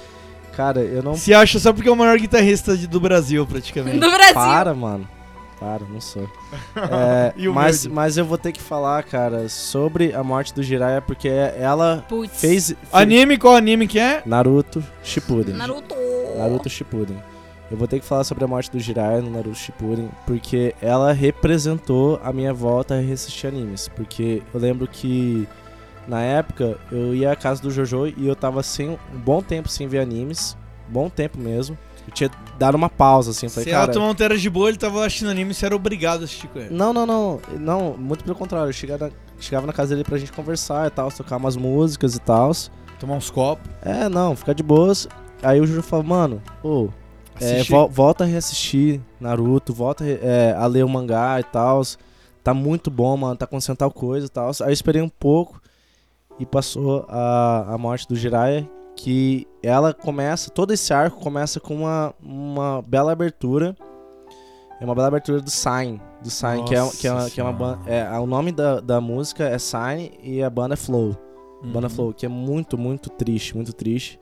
cara, eu não.
Se acha só porque é o maior guitarrista de- do Brasil, praticamente.
Do Brasil.
Para, mano. Para, não sou. É,
E o
mas,
verde?
mas eu vou ter que falar, cara, sobre a morte do Jiraiya, porque ela
Putz.
fez. fez-
Anime, qual anime que é?
Naruto Shippuden.
Naruto.
Naruto Shippuden. Eu vou ter que falar sobre a morte do Jiraiya no Naruto Shippuden, porque ela representou a minha volta a assistir animes. Porque eu lembro que na época eu ia à casa do Jojo e eu tava sem um bom tempo sem ver animes, bom tempo mesmo. Eu tinha dado uma pausa assim, eu falei,
Se ela
cara,
tomar um tera de boa, ele tava assistindo anime, você era obrigado a assistir com ele.
não, não, não, não, muito pelo contrário, eu chegava na, chegava na casa dele pra gente conversar e tal, tocar umas músicas e tal.
Tomar uns copos.
É, não, ficar de boas. Aí o Jojo falou, mano, ô, É,
assistir.
vo- volta a reassistir Naruto, volta é, a ler o mangá e tal. Tá muito bom, mano. Tá acontecendo tal coisa e tal. Aí eu esperei um pouco e passou a, a morte do Jiraiya. Que ela começa, todo esse arco começa com uma, uma bela abertura. É uma bela abertura do Sign. Do Sign, que é, que é,
Nossa
que é uma
Senhora.
banda. É, o nome da, da música é Sign e a banda é Flow.
Hum.
Banda Flow, que é muito, muito triste, muito triste.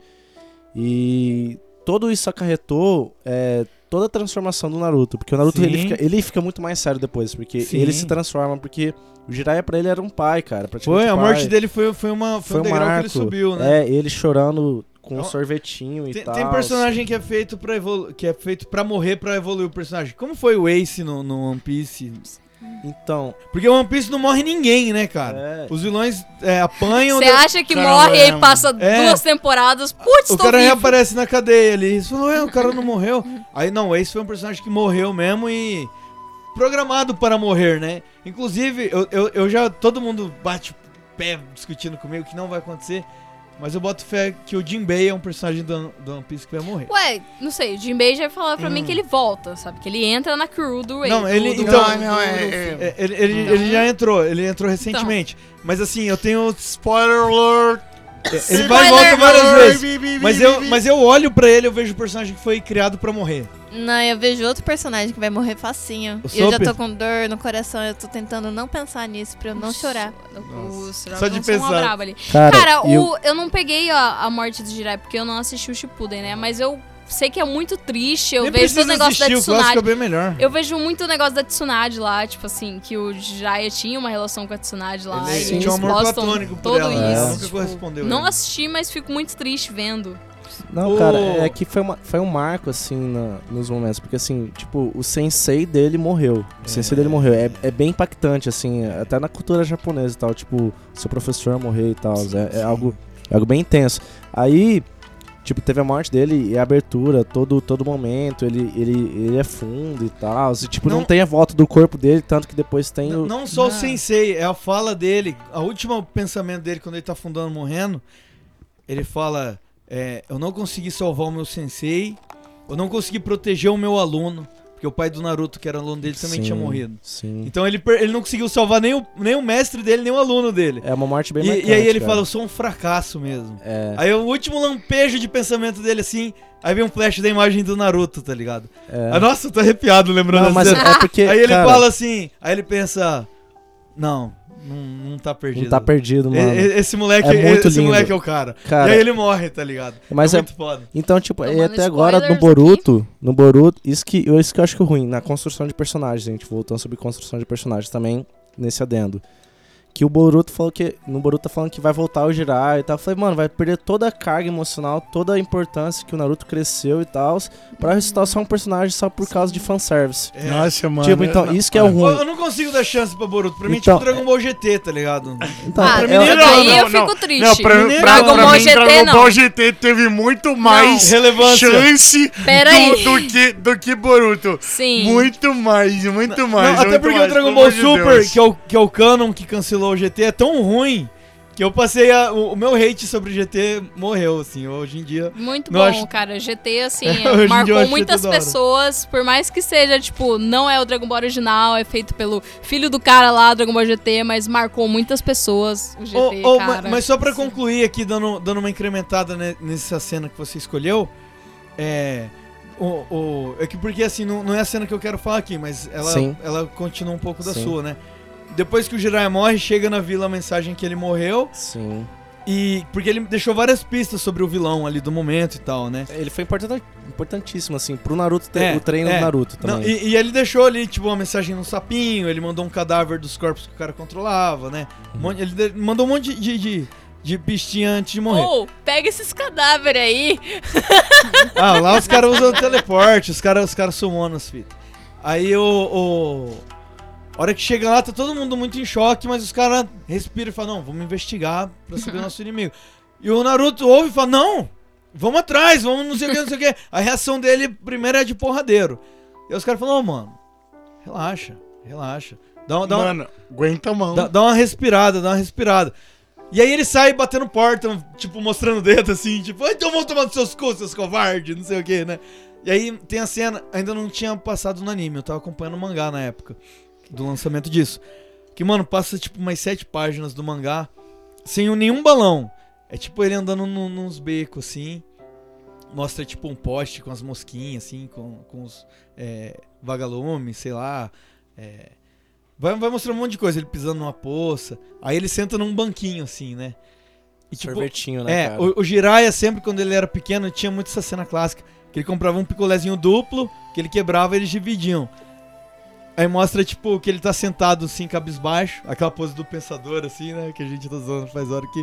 E tudo isso acarretou é, toda a transformação do Naruto, porque o Naruto
Sim.
ele fica, ele fica muito mais sério depois, porque
Sim.
ele se transforma, porque o Jiraiya pra ele era um pai, cara. praticamente
Foi, a
pai.
morte dele foi, foi, uma, foi,
foi
um
um
degrau
marco.
que ele subiu, né?
É, ele chorando com um
Então,
sorvetinho e
Tem,
tal.
tem personagem que é feito para evolu que é feito para morrer pra evoluir o personagem. Como foi o Ace no, no One Piece?
Então,
Porque o One Piece não morre ninguém, né, cara?
é,
Os vilões é, apanham,
Você
da-
acha que
Caramba,
morre e
é,
aí passa
é.
duas temporadas? Putz,
o
tô
cara é
vivo.
reaparece na cadeia ali. Você falou, "Ué, o cara não morreu. Aí não, o Ace foi um personagem que morreu mesmo e programado para morrer, né? Inclusive, eu, eu, eu já todo mundo bate pé discutindo comigo que não vai acontecer. Mas eu boto fé que o Jinbei é um personagem do, do One Piece que vai morrer.
Ué, não sei, o Jinbei já falou pra mim que ele volta, sabe? Que ele entra na crew do Ray.
Hum. Não,
do-
ele-
do-
então-
do-
Não, não, é-
do-
é-
É, ele, ele-
Então-
ele já entrou, ele entrou recentemente. Mas assim, eu tenho.
Spoiler alert.
Ele vai e volta
Spoiler
várias
alert.
vezes.
Bi, bi, bi,
Mas
bi,
eu,
bi.
mas eu olho pra ele, eu vejo o personagem que foi criado pra morrer.
Não, eu vejo outro personagem que vai morrer facinho.
O
E eu já
Soap?
tô com dor no coração, eu tô tentando não pensar nisso pra eu não chorar.
O Sorocaba
Só de
não são uma
pensar.
braba ali.
cara,
Cara,
e
o- eu não peguei a, a morte do Jirai porque eu não assisti o Shippuden, né? Mas eu sei que é muito triste. Eu
Nem
vejo
precisa
todo o negócio da
assistir, o clássico é
Tsunade.
bem melhor.
Eu vejo muito o negócio da Tsunade lá, tipo assim, que o Jiraiya tinha uma relação com a Tsunade lá.
Ele
e
tinha
eles
um amor
postam
platônico por
tudo
ela,
né?
isso.
Ela
nunca
tipo,
correspondeu,
Não
né?
assisti, mas fico muito triste vendo.
Não,
O-
cara, é que foi, uma, foi um marco, assim, na- nos momentos. Porque, assim, tipo, o sensei dele morreu. O sensei dele morreu. É, é bem impactante, assim, até na cultura japonesa e tal. Tipo, seu professor morrer e tal. É, é algo, é algo bem intenso. Aí, tipo, teve a morte dele e a abertura, todo, todo momento. Ele, ele, ele é fundo e tal. E, tipo, não,
Não-
tem a volta do corpo dele, tanto que depois tem
N-
o...
Não só o sensei, é a fala dele, a última pensamento dele quando ele tá afundando, morrendo. Ele fala: é, Eu não consegui salvar o meu sensei, eu não consegui proteger o meu aluno, Porque o pai do Naruto, que era aluno dele, também
Sim,
tinha morrido.
Sim.
Então ele, per- ele não conseguiu salvar nem o, nem o mestre dele, nem o aluno dele.
É uma morte bem
E,
marcante,
e aí ele
cara.
fala, eu sou um fracasso mesmo.
É.
Aí o último lampejo de pensamento dele, assim, aí vem um flash da imagem do Naruto, tá ligado?
É.
Ah, nossa, eu tô arrepiado lembrando
Não,
essa
mas
cena.
é porque,
Aí ele
cara-
fala assim, aí ele pensa, não, não, não tá perdido.
tá perdido,
E-
mano.
e- Esse moleque,
É muito
esse
lindo.
moleque é o cara.
Cara-
E aí ele morre, tá ligado?
Mas
é,
é-
muito foda.
Então, tipo, e
Tomando
até agora no
spoilers
Boruto, no Boruto, isso que, eu- isso que eu acho que é ruim, na construção de personagens, gente, voltando sobre construção de personagens também, nesse adendo. Que o Boruto falou que. No Boruto tá falando que vai voltar ao girar e tal. Eu falei, mano, vai perder toda a carga emocional, toda a importância que o Naruto cresceu e tal,
Uhum.
pra ressuscitar só um personagem só por causa de fanservice.
É. Nossa, mano.
tipo, então,
não-
isso que é o
Eu,
ruim.
eu não consigo dar chance pra Boruto. Pra mim, é
Então,
tipo Dragon Ball GT, tá ligado?
Então,
Ah,
eu-
mim
eu,
não,
daí
não,
eu
não.
fico triste.
Não, pra, pra,
Dragon
pra
Ball
mim,
GT
Dragon
não.
Ball GT teve muito mais
Relevância.
chance
Pera
do,
aí.
do que, do que Boruto.
Sim.
Muito mais, muito
Não,
mais.
até
muito
porque
mais,
o Dragon
pelo
Ball
amor de
Super,
Deus.
que é, o, que é o canon que cancelou o GT, é tão ruim que eu passei a- o, o meu hate sobre o GT morreu, assim. Hoje em dia.
Muito
Não
bom,
acho- É,
cara. GT, assim,
Hoje em dia eu
marcou
acho
muitas
tudo da hora.
pessoas. Por mais que seja, tipo, não é o Dragon Ball original, é feito pelo filho do cara lá, Dragon Ball GT, mas marcou muitas pessoas o
Ô,
GT,
ô, ma-
cara.
mas, só pra concluir aqui, dando, dando uma incrementada ne- nessa cena que você escolheu, é. O, o- é que porque assim, não, não é a cena que eu quero falar aqui, mas ela,
Sim.
ela continua um pouco da
Sim.
sua, né? Depois que o Jiraiya morre, chega na vila a mensagem que ele morreu.
Sim.
E. Porque ele deixou várias pistas sobre o vilão ali do momento e tal, né?
Ele foi importante, importantíssimo, assim, pro Naruto ter
É,
o treino
é.
do Naruto também.
Não, e, e ele deixou ali, tipo, uma mensagem num sapinho, ele mandou um cadáver dos corpos que o cara controlava, né? Um monte- ele de- mandou um monte de, de, de pistinha antes de morrer.
Ou, pega esses cadáveres aí.
Ah, lá os caras usam teleporte, os caras os cara sumam nas fitas. Aí o, o- A hora que chega lá, tá todo mundo muito em choque, mas os caras respiram e falam, não, vamos investigar pra saber o nosso inimigo. E o Naruto ouve e fala, não, vamos atrás, vamos não sei o que, não sei o que. A reação dele primeiro é de porradeiro. E os caras falam, ô mano, relaxa, relaxa. Dá, um- dá, um-
Mano, aguenta a mão.
Dá, dá uma respirada, dá uma respirada. E aí ele sai batendo porta, tipo, mostrando o dedo assim, tipo, "Ah, então vão tomar nos seus cu, seus covardes, não sei o que, né? E aí tem a cena, ainda não tinha passado no anime, eu tava acompanhando o mangá na época, do lançamento disso. Que, mano, passa tipo umas sete páginas do mangá sem um, nenhum balão. É tipo ele andando num- nos becos assim. Mostra tipo um poste com as mosquinhas, assim, com, com os é, vagalumes, sei lá. é, Vai, vai mostrar um monte de coisa, ele pisando numa poça. Aí ele senta num banquinho, assim, né? E, tipo,
Sorvetinho, né,
é,
cara?
o, o Jiraiya sempre, quando ele era pequeno, tinha muito essa cena clássica. Que ele comprava um picolézinho duplo, que ele quebrava e eles dividiam. Aí mostra, tipo, que ele tá sentado, assim, cabisbaixo. Aquela pose do pensador, assim, né? Que a gente tá usando faz hora que...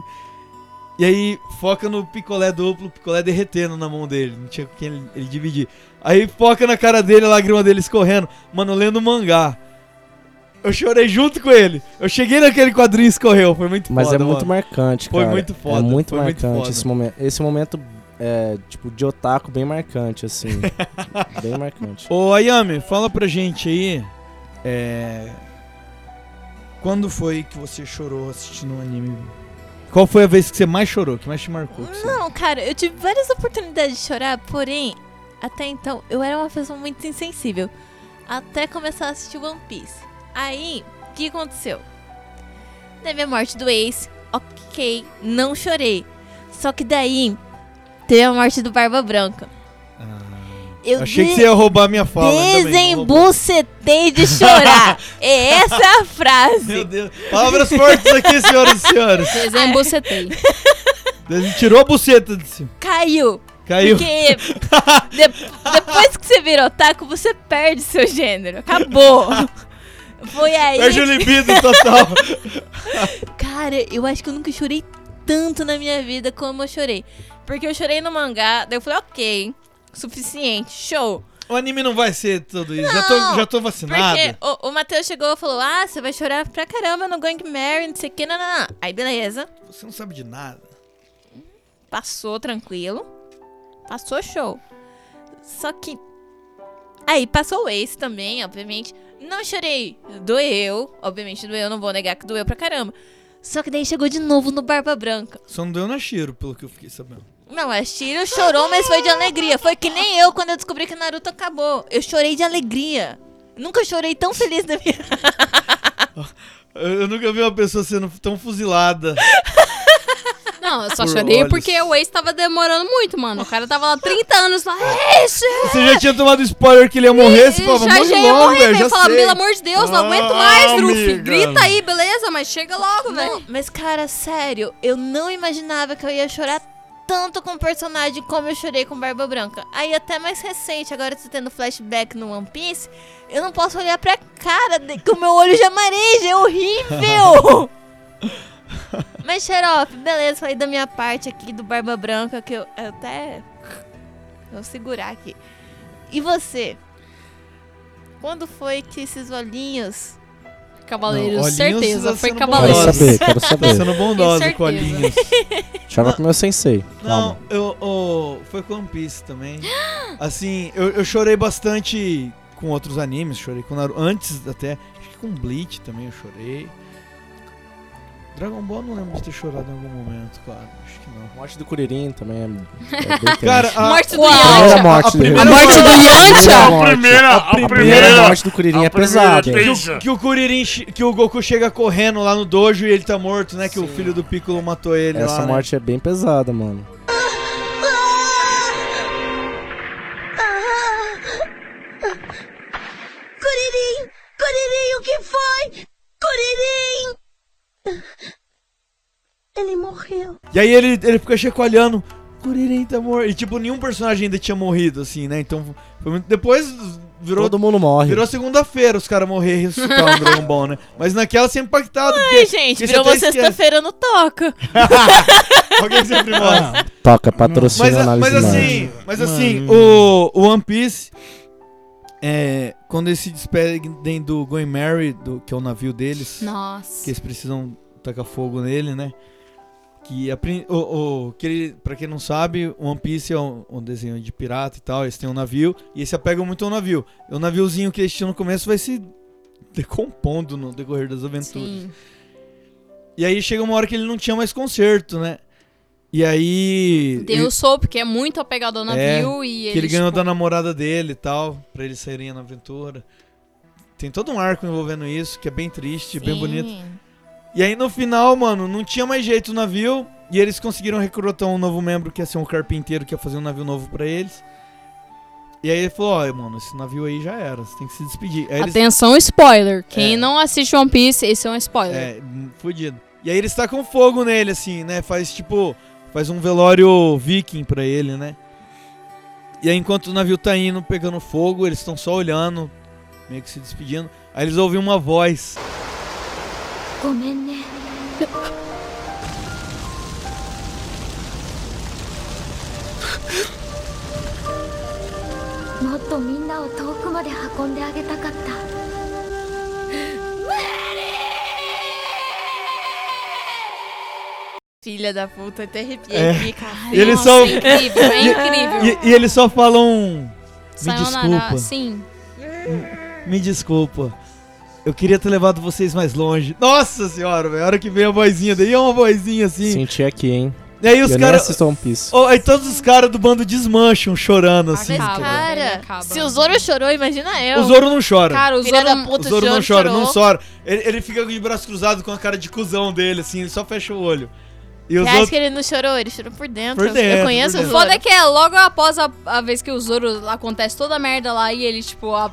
E aí foca no picolé duplo, o picolé derretendo na mão dele. Não tinha com quem ele, ele dividir. Aí foca na cara dele, a lágrima dele escorrendo. Mano, lendo mangá. Eu chorei junto com ele. Eu cheguei naquele quadrinho e escorreu. Foi muito
Mas
foda,
é muito
mano.
marcante,
Foi
cara.
muito foda,
É muito
foi muito
marcante
foda.
esse momento. Esse momento é, tipo, de otaku bem marcante, assim. bem marcante.
Ô, Ayami, fala pra gente aí. É... Quando foi que você chorou assistindo um anime? Qual foi a vez que você mais chorou? Que mais te marcou? que você-
Não, cara, eu tive várias oportunidades de chorar, porém, até então, eu era uma pessoa muito insensível. Até começar a assistir One Piece. Aí, o que aconteceu? Teve a morte do Ace, ok, não chorei. Só que daí, teve a morte do Barba Branca. eu
Ah, Achei
de-
que você ia roubar a minha fala. ainda bem, não roubou.
Desembucetei de chorar. é essa a
Meu
frase.
Deus. Palavras fortes aqui, senhoras e senhores.
É. Desembucetei.
Ele tirou a buceta de cima.
Caiu.
Caiu.
Porque de- depois que você vira otaku, você perde seu gênero. Acabou. Foi aí.
Perde o libido total.
Cara, eu acho que eu nunca chorei tanto na minha vida como eu chorei. Porque eu chorei no mangá, daí eu falei, ok, suficiente, show.
o anime não vai ser tudo isso. Já tô, já tô vacinado.
Porque o, o Matheus chegou e falou: Ah, você vai chorar pra caramba no Going Mary, não sei o que, não, não, não. Aí beleza,
Você não sabe de nada.
passou tranquilo. Passou show. Só que. Aí passou o Ace também, obviamente. Não chorei. Doeu. Obviamente doeu, não vou negar que doeu pra caramba. Só que daí chegou de novo no Barba Branca.
Só não deu na Shiro, pelo que eu fiquei sabendo.
Não, a Shiro chorou, mas foi de alegria. Foi que nem eu quando eu descobri que Naruto acabou. Eu chorei de alegria. Nunca chorei tão feliz na minha
Eu, eu nunca vi uma pessoa sendo tão fuzilada.
Não, eu só
Por
chorei
olhos.
porque o ex tava demorando muito, mano. O cara tava lá 30 anos lá. "É Ixi!
Você já tinha tomado spoiler que ele ia morrer? Você falava,
já
morre
já ia
logo,
morrer,
velho, já
velho. Fala,
sei.
pelo amor de Deus, não
Ah,
aguento mais, Rufi.
amiga.
Grita aí, beleza? Mas
É
chega logo, velho.
Não, mas cara, sério, eu não imaginava que eu ia chorar tanto com o personagem como eu chorei com Barba Branca. Aí até mais recente, agora tô tendo flashback no One Piece, eu não posso olhar pra cara, de- que o meu olho já mareja, é horrível! mas Xerof, beleza, falei da minha parte aqui do Barba Branca, que eu, eu até... Vou segurar aqui. E você? Quando foi que esses olhinhos...
Cavaleiros,
Não, olhinhos
certeza.
tá
Foi
sendo
cavaleiros.
Quero saber, quero
Tá
saber.
sendo bondosa
Tenho
com a
certeza.
Linhas.
Chora pro meu sensei.
Não,
Calma.
eu, ô, foi com One Piece também. Assim, eu, eu chorei bastante com outros animes, chorei com Naruto. Antes até, acho que com Bleach também eu chorei. Dragon Ball eu não lembro de ter chorado em algum momento, claro. Acho que não.
Morte do Kuririn também é, é bem triste.
Cara, a,
Morte do
Uau.
primeira
Yancha.
morte é
a
dele.
primeira
morte do Yancha?
A primeira, a
A
primeira,
primeira morte do Kuririn é
a primeira
pesada.
tem-
que,
Veja.
o, que o Kuririn, che- que o Goku chega correndo lá no dojo e ele tá morto, né? Que o filho do Piccolo matou ele lá.
Essa
né?
morte é bem pesada, mano.
Curirim! Curirim, o que foi? Curirim! Ele morreu.
E aí ele, ele fica chacoalhando. Kuririn tá morto. E tipo, nenhum personagem ainda tinha morrido, assim, né? Então, foi muito... depois virou
Todo mundo morre.
Virou segunda-feira os caras morrer e ressuscitar o Dragon Ball, né? Mas naquela você é impactado.
Ai,
porque,
gente,
porque
virou
até
uma
esquece.
sexta-feira no Toca.
Alguém sempre morre.
Toca, patrocina
Mas,
Ah, análise
mas
de imagem.
assim, mas assim, o, o One Piece, é, quando eles se despedem do Going Mary, do, que é o navio deles, que
Nossa.
eles precisam tacar fogo nele, né? Que, a, prin- o, o, que ele, pra quem não sabe, o One Piece é um, um desenho de pirata e tal, eles têm um navio, e eles se apegam muito ao navio. O naviozinho que eles tinham no começo vai se decompondo no decorrer das aventuras.
Sim.
E aí chega uma hora que ele não tinha mais concerto, né? E aí.
Deus soube que é muito apegado ao
É,
navio e
ele,
ele.
que ele ganhou
tipo,
da namorada dele e tal, pra eles saírem na aventura. Tem todo um arco envolvendo isso, que é bem triste, bem bonito. E aí no final, mano, não tinha mais jeito o navio. E eles conseguiram recrutar um novo membro que ia ser um carpinteiro que ia fazer um navio novo pra eles. E aí ele falou, ó, mano, esse navio aí já era, você tem que se despedir. Aí eles
Atenção, spoiler. Quem
É.
não assiste One Piece, esse é um spoiler.
É, hum, fudido. E aí eles tacam fogo nele, assim, né? Faz tipo. Faz um velório viking pra ele, né? E aí, enquanto o navio tá indo pegando fogo, eles estão só olhando, meio que se despedindo. Aí eles ouvem uma voz.
ごめんね。もっとみんなを遠くまで運んであげたかった。
Filha da puta, até arrepiei
É.
aqui, cara.
E eles
Nossa,
só-
é incrível, é incrível.
E, e eles só falam. Me
Sayonara,
desculpa.
Sim.
Me desculpa. Eu queria ter levado vocês mais longe. Nossa senhora, velho. A hora que vem a vozinha daí é uma vozinha assim.
Senti aqui, hein?
E aí
Eu
os
nem
caras.
assisto One Piece.
Oh, aí todos os caras do bando desmancham chorando assim.
Mas,
Acaba,
cara,
ele acaba.
se o Zoro chorou, imagina eu.
um
O Zoro não chora.
Cara, o
Filha
um Zoro.
da puta,
O Zoro
o
não
Zoro
chora, não
chorou.
chora. Ele, ele fica de braço cruzado com a cara de cuzão dele, assim, ele só fecha o olho. E os
É,
Você acha
outros.
que ele não chorou? Ele chorou por dentro.
Por
Eu-
dentro,
eu conheço
por
o
dentro.
O foda
Zoro.
é que é logo após a, a vez que o Zoro acontece toda a merda lá e ele, tipo, a-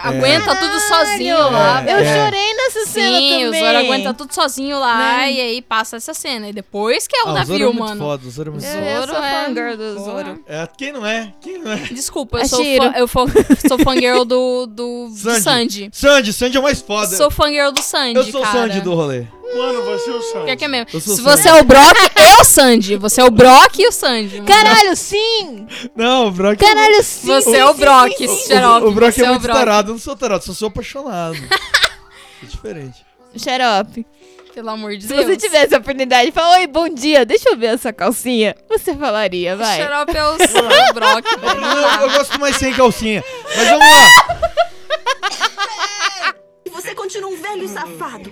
aguenta tudo sozinho
É.
lá.
Eu chorei nessa cena
Sim,
também.
o Zoro aguenta tudo sozinho lá
Né?
e aí passa essa cena. E depois que é
Ah,
o
o Zoro é
navio,
muito
mano.
foda, o Zoro é muito
Eu,
foda.
eu sou
Zoro é-
fangirl do Zoro.
É, quem não é? Quem não é?
Desculpa,
É
eu sou,
Shiro.
fã, eu fo- sou fangirl do, do
Sandy.
Sandy. Sandy.
Sandy, Sandy é o mais foda.
Sou fangirl do Sandy,
eu sou o
cara.
Sandy do rolê.
Mano, vai ser o
Pior
Sandy.
que é mesmo.
Eu sou o
Se
Sandy.
você é o Brock, é o Sandy. Você é o Brock e o Sandy. mano.
Caralho, sim!
Não, o Brock.
Caralho, sim!
Você
sim,
é o
sim,
Brock,
sim, sim.
Xarope.
o, o Brock
você
é muito
o Brock.
tarado, eu não sou tarado, só sou apaixonado. é diferente.
Xarope,
Pelo amor de
se
Deus.
você tivesse a oportunidade de falar, oi, bom dia, deixa eu ver essa calcinha, você falaria,
O
vai.
Xarope é o o Brock, velho.
Eu, eu gosto mais sem calcinha. Mas vamos lá.
Você continua um velho safado.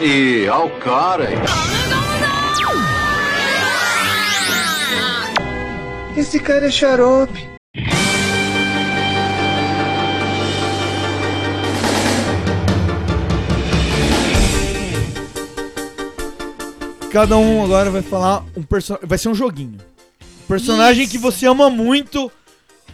E ao cara.
Esse cara é xarope.
Cada um agora vai falar um personagem. Vai ser um joguinho. Personagem que você ama muito.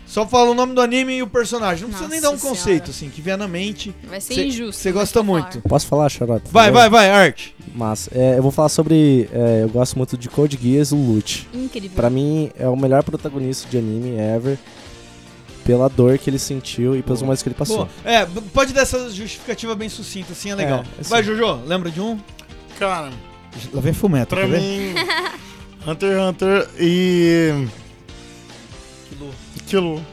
Só fala o nome do anime e o personagem. Não precisa nem dar um
Nossa
conceito, assim, que vier na mente.
Vai ser
Cê-
injusto,
Você
mas tá
gosta
vou falar.
muito.
Posso falar, Xarope? por
Vai,
favor?
vai, vai, Art.
Mas é, eu vou falar sobre. é, eu gosto muito de Code Geass, o Lute.
Incrível.
Pra mim, é o melhor protagonista de anime ever. Pela dor que ele sentiu e pelos momentos que ele passou.
Boa. É, b- pode dar essa justificativa bem sucinta, assim é legal.
É, assim.
Vai, Jojo, lembra de um?
Cara,
Lá vem Fumeto,
pra
quer ver?
mim, Hunter x Hunter e.
Kilo.
Kilo.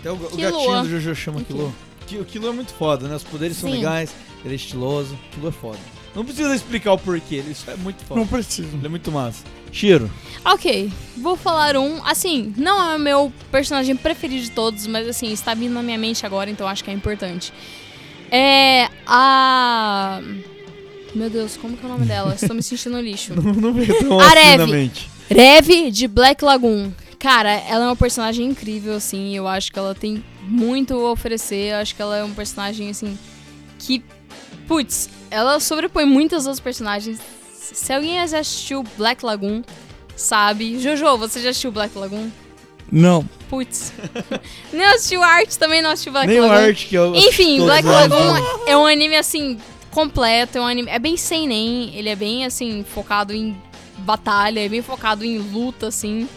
Até o, o
Killua.
gatinho do Jojo chama
Aqui.
Kilo. O Kilo é muito foda, né? Os poderes são
Sim.
legais, ele é estiloso, Kilo é foda. Não precisa explicar o porquê, ele só é muito foda.
Não precisa.
Ele é muito massa. Shiro.
Ok, vou falar um. Assim, não é o meu personagem preferido de todos, mas assim, está vindo na minha mente agora, então acho que é importante. É a. Meu Deus, como que é o nome dela? Estou me sentindo um lixo.
Não, não veio tão
A
assim na
Reve.
mente.
Reve de Black Lagoon. Cara, ela é uma personagem incrível, assim. Eu acho que ela tem muito a oferecer. Eu acho que ela é um personagem, assim, que. Putz, ela sobrepõe muitas outras personagens. Se alguém já assistiu Black Lagoon, sabe. Jojo, você já assistiu Black Lagoon?
Não.
Putz. Nem assistiu Art, também não assistiu Black
Nem o
Lagoon.
Art, que eu assisti
Enfim,
todos
Black
os
Lagoon
anos.
é um anime assim completo, é um anime, é bem sem nem, ele é bem assim focado em batalha, é bem focado em luta assim.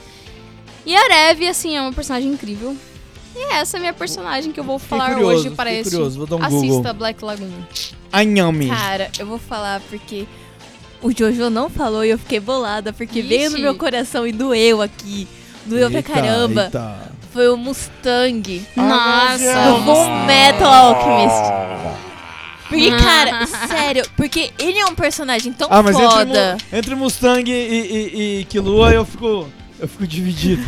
E a Rev, assim, é uma personagem incrível. E essa é a minha personagem que eu vou falar
curioso,
hoje para
fiquei
esse.
curioso, vou dar um
Assista
Google.
Black Lagoon.
Anhame.
Cara, eu vou falar porque o Jojo não falou e eu fiquei bolada, porque veio no
Ixi.
meu coração e doeu aqui. Doeu pra
Eita,
caramba.
eita.
Foi o Mustang.
Ah,
Nossa,
Do Full Metal Alchemist. Porque,
Ah.
cara, sério, porque ele é um personagem tão
Ah, mas entre,
foda.
Mu- entre Mustang e, e, e Killua eu fico, eu fico dividido.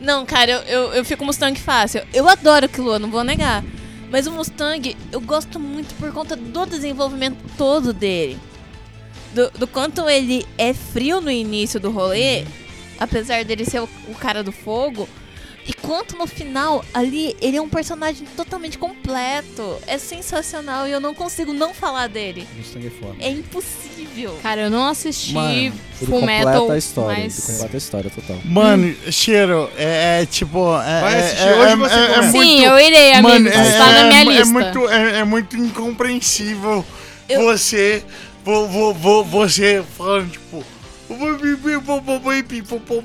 Não, cara, eu, eu, eu fico Mustang fácil. Eu adoro Killua, não vou negar. Mas o Mustang, eu gosto muito por conta do desenvolvimento todo dele. Do, do quanto ele é frio no início do rolê, apesar dele ser o, o cara do fogo. E quanto no final, ali, ele é um personagem totalmente completo. É sensacional e eu não consigo não falar dele.
Mustang é foda.
É impossível.
Cara, eu não assisti
Mano, ele
Full Metal,
completa a história.
mas-
Ele completa a história total.
Mano, cheiro, é, é tipo. É,
Hum. Vai
é-
assistir
é-
hoje
é-
você
é- é
começa.
muito-
Sim, eu irei, amigo,
Mano, é,
está tá na minha lista.
muito, é, é muito incompreensível você. Vou, vou, vou, você falando, tipo.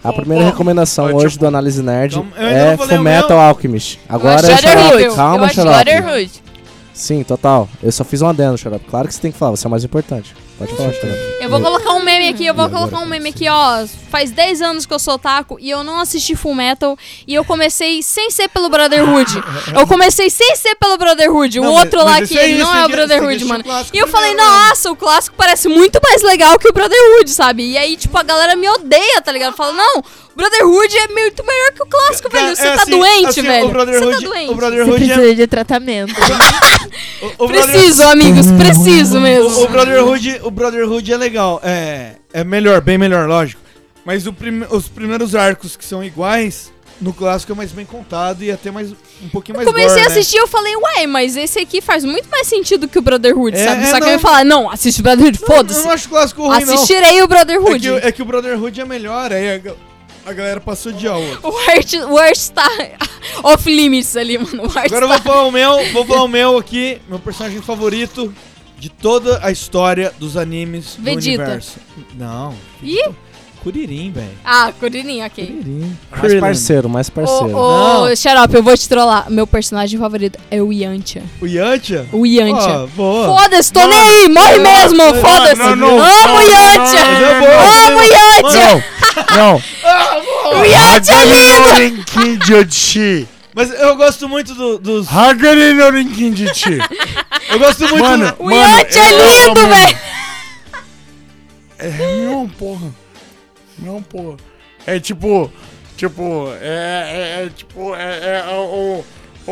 A primeira recomendação hoje do Análise Nerd
Então,
falei
é
o
Full Metal
meu.
Alchemist. Agora,
acho
Xarope,
horrível. Eu
calma,
acho
Xarope.
Brotherhood.
Sim, total. Eu só fiz um adendo, Xarope. Claro que você tem que falar, você é o mais importante. Pode falar, Xarope.
Eu vou colocar um meme aqui, eu vou
E agora
colocar um meme aqui, ó. Faz 10 anos que eu sou otaku e eu não assisti Full Metal. E eu comecei sem ser pelo Brotherhood. Eu comecei sem ser pelo Brotherhood. O
Não, mas-
outro
mas
lá
esse
que
é isso,
não
tem
é o
que- tem que
Brotherhood,
assistir
um
mano.
o clássico
E
né,
eu falei, ah, nossa, o clássico parece muito mais legal que o Brotherhood, sabe? E aí, tipo, a galera me odeia, tá ligado? Fala, não, o Brotherhood é muito melhor que o clássico, velho. Você
é
tá
assim,
doente,
assim,
velho.
o Brotherhood-
Você tá doente.
o Brotherhood
Você precisa de tratamento.
O
Preciso, amigos, preciso mesmo.
O, o Brotherhood, o Brotherhood é legal. É, é melhor, bem melhor, lógico. Mas o prime- os primeiros arcos que são iguais, no clássico é mais bem contado e até mais um pouquinho mais
comecei
gore,
a
né?
assistir, eu falei, ué, mas esse aqui faz muito mais sentido que o Brotherhood,
É,
sabe?
é,
Só que eu
não.
ia falar, não, assiste o Brotherhood, foda-se.
Eu não acho clássico ruim, não.
Assistirei o Brotherhood.
É que, o- é que o Brotherhood é melhor, aí a, ga- a galera passou de aula.
O Art, o Art tá off limits ali, mano. O Art
Agora eu
tá...
vou falar o meu, vou falar o meu aqui, meu personagem favorito de toda a história dos animes
Vegeta.
do universo. Não,
Ih,
Kuririn, velho.
ah, Kuririn, ok.
Kuririn.
Mais parceiro, mais parceiro.
É.
Ô, ô, Xarope, eu vou te trollar. Meu personagem favorito é o Yantia.
O Yantia?
O Yantia.
Ó, boa.
Foda-se, tô nem aí, morre mesmo, foda-se. Amo o Yantia! Amo o Yantia!
Não.
O Yantia é lindo!
Renkin Jochi.
Mas eu gosto muito do, dos.
Hagari no Renkin Jochi.
Eu gosto muito
mano,
do-
mano,
é
eu- eu
lindo,
amo.
velho!
É, não, porra. Não, porra. É tipo. Tipo. É. É, é, tipo. É, é, é o. O, o,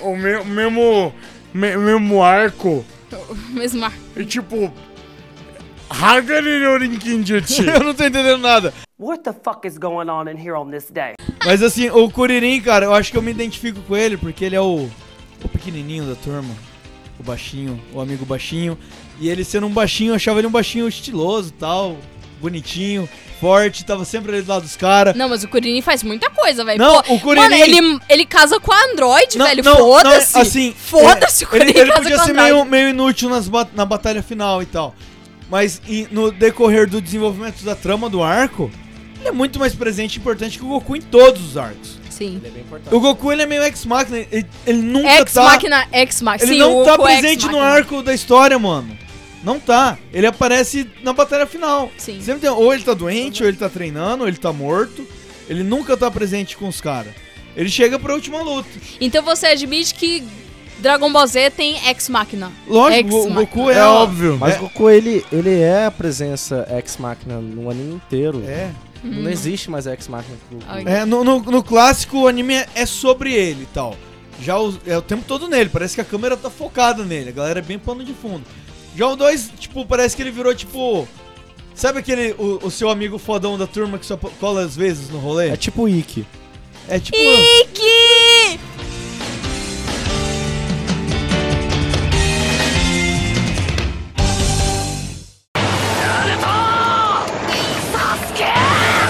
o, o me- mesmo. me- mesmo arco.
Mesmo ar.
E tipo.
Eu não tô entendendo nada.
What the fuck is going on in here on this day?
Mas assim, o Kuririn, cara, eu acho que eu me identifico com ele, porque ele é o, o pequenininho da turma. O baixinho, o amigo baixinho. E ele sendo um baixinho, eu achava ele um baixinho estiloso e tal. Bonitinho, forte, tava sempre ali do lado dos caras.
Não, mas o Kuririn faz muita coisa, velho.
Não,
Pô,
o Kuririn-
Mano, ele, ele casa com a Android,
Não,
velho.
não, não,
Foda-se.
assim,
Foda-se o
ele,
Kuririn
ele
casa
podia
com a
ser
Android.
meio, meio inútil nas ba- na batalha final e tal. Mas em- no decorrer do desenvolvimento da trama do arco, ele é muito mais presente e importante que o Goku em todos os arcos.
Sim.
Ele é bem importante.
O Goku ele é meio ex-máquina, ele, ele nunca
Ex
tá...
Machina, Ex Machina.
Ele
Sim,
não
o
tá
Goku é Ex
presente no
Machina.
arco da história, mano. Não tá. Ele aparece na batalha final.
Sim.
Sempre tem- ou ele tá doente, ou ele tá treinando, ou ele tá morto. Ele nunca tá presente com os caras. Ele chega pra última luta.
Então você admite que Dragon Ball Z tem Ex Machina.
Lógico,
Ex
o
Machina.
Goku é, óbvio.
Mas
É.
o Goku, ele, ele é a presença ex-máquina no anime inteiro.
É.
Não
Hum.
existe mais ex-máquina pro Goku.
É, no, no, no clássico, o anime é- é sobre ele e tal. Já o, é o tempo todo nele, parece que a câmera tá focada nele, a galera é bem pano de fundo. Já o 2, tipo, parece que ele virou tipo. Sabe aquele. O, o seu amigo fodão da turma que só po- cola às vezes no rolê? É
tipo o Ikki.
É tipo.
Ikki!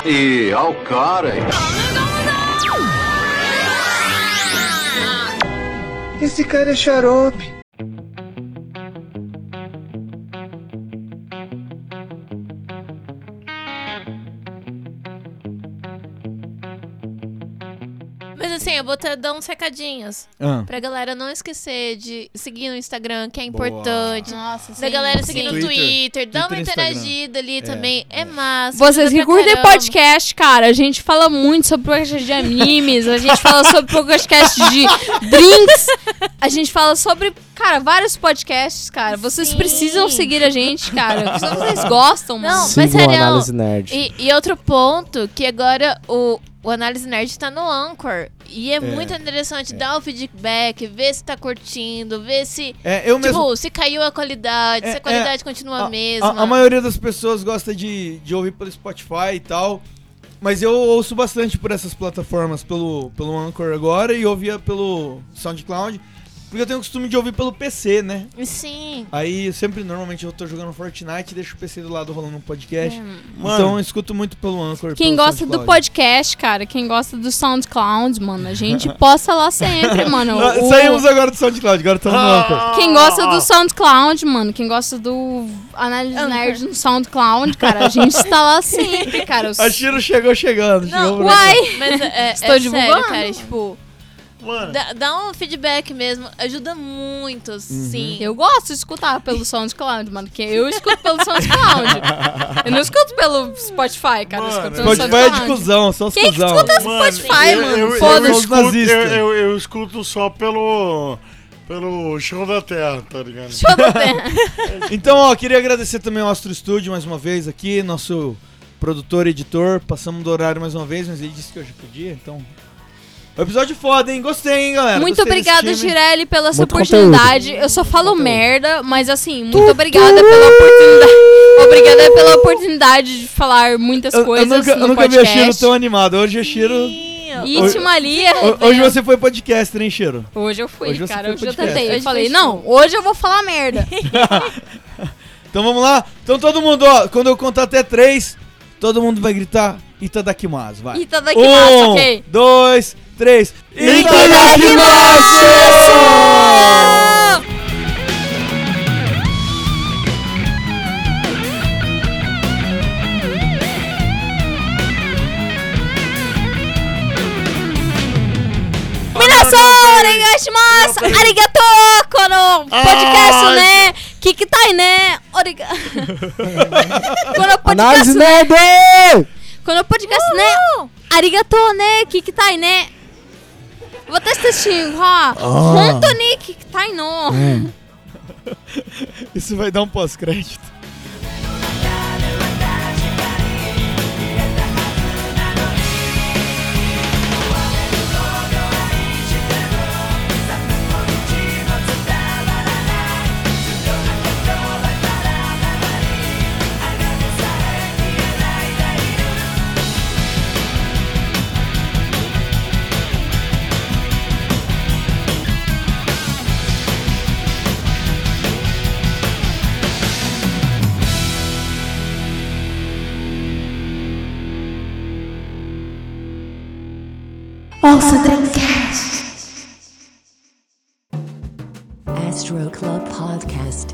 E ao cara.
Esse cara é xarope.
Mas assim, eu vou te dar uns recadinhos.
Ah.
Pra galera não esquecer de seguir no Instagram, que é
Boa.
importante.
Nossa,
Da
sim,
galera
sim.
seguir no
Twitter.
Twitter, dá uma
Twitter e
interagida ali também. É massa.
Vocês
ajuda pra
que curtem
caramba.
podcast, cara, a gente fala muito sobre podcast de animes, a gente fala sobre podcast de drinks, a gente fala sobre, cara, vários podcasts, cara. Vocês precisam seguir a gente, cara. Senão vocês gostam, mano.
Não, mas
Sigam o
sério.
Análise Nerd.
E, e outro ponto, que agora o, o Análise Nerd tá no Anchor. E é,
É,
muito interessante dar o feedback, ver se tá curtindo, ver se.
É, eu
tipo,
mesmo-
se caiu a qualidade, se
É,
a qualidade
é.
continua
A-
a, mesma.
A, a maioria das pessoas gosta de, de ouvir pelo Spotify e tal. Mas eu ouço bastante por essas plataformas, pelo, pelo Anchor agora e ouvia pelo SoundCloud. Porque eu tenho o costume de ouvir pelo PC, né?
Sim.
Aí eu sempre, normalmente, eu tô jogando Fortnite e deixo o PC do lado rolando um podcast.
Hum.
Então eu escuto muito pelo Anchor. e
Quem
pelo
gosta do
SoundCloud.
podcast, cara, quem gosta do SoundCloud, mano, a gente posta lá sempre, mano.
Ah,
O-
Saímos agora do SoundCloud, agora estamos
Ah.
no Anchor.
Quem gosta do SoundCloud, mano, quem gosta do Análise Nerd no SoundCloud, cara, a gente tá lá sempre, cara.
A Shiro chegou chegando. né? chegou pra
uai.
cá.
Mas é, é
Estou divulgando.
sério, cara, tipo.
Ah,
Dá, dá um feedback mesmo, ajuda muito, sim.
Eu gosto de escutar pelo SoundCloud, mano, porque eu escuto pelo SoundCloud. Eu não escuto pelo Spotify, cara, eu escuto pelo
Spotify é de
SoundCloud.
cuzão, só os
tá Quem que
cuzão.
escuta esse Mano, Spotify,
Eu- eu- eu escuto- Eu, eu- eu escuto só pelo. pelo show da terra, tá ligado? Show da terra.
Então, ó, queria agradecer também ao Astro Studio mais uma vez aqui, nosso produtor e editor. Passamos do horário mais uma vez, mas ele disse que hoje podia, então. O episódio foda, hein? Gostei, hein, galera?
Muito
Gostei desse
obrigada,
time.
Girelli, pela sua
Muito conteúdo.
oportunidade. Eu só falo merda, mas assim, muito obrigada pela oportunidade. Obrigada pela oportunidade de falar muitas
Eu- eu,
coisas
nunca,
no
eu nunca vi a
podcast.
Shiro tão animada. Hoje a Shiro.
Ixi, Maria.
Ho- Hoje você foi podcaster, hein, Shiro?
É, Hoje eu fui,
Hoje você
cara.
foi
Hoje eu
podcast.
tentei. Eu
Hoje
falei,
foi
não, hoje eu vou falar merda.
Então vamos lá. Então todo mundo, ó, quando eu contar até três, todo mundo vai gritar Itadakimasu, vai. Um,
Itadakimasu,
Oh!
ok.
dois, três.
Minasan, arigashimasu, arigato, kono
Ah,
podcast, né? Kikitai, né? Origa... Kono podcast,
Análise
né?
Nerd!
Kono podcast, né? Arigato, né? Kikitai, né? Watashitashi wa honto ni kikitai no.
Isso vai dar um pós-crédito.
Ouça o Dreamcast.
Astro Club Podcast.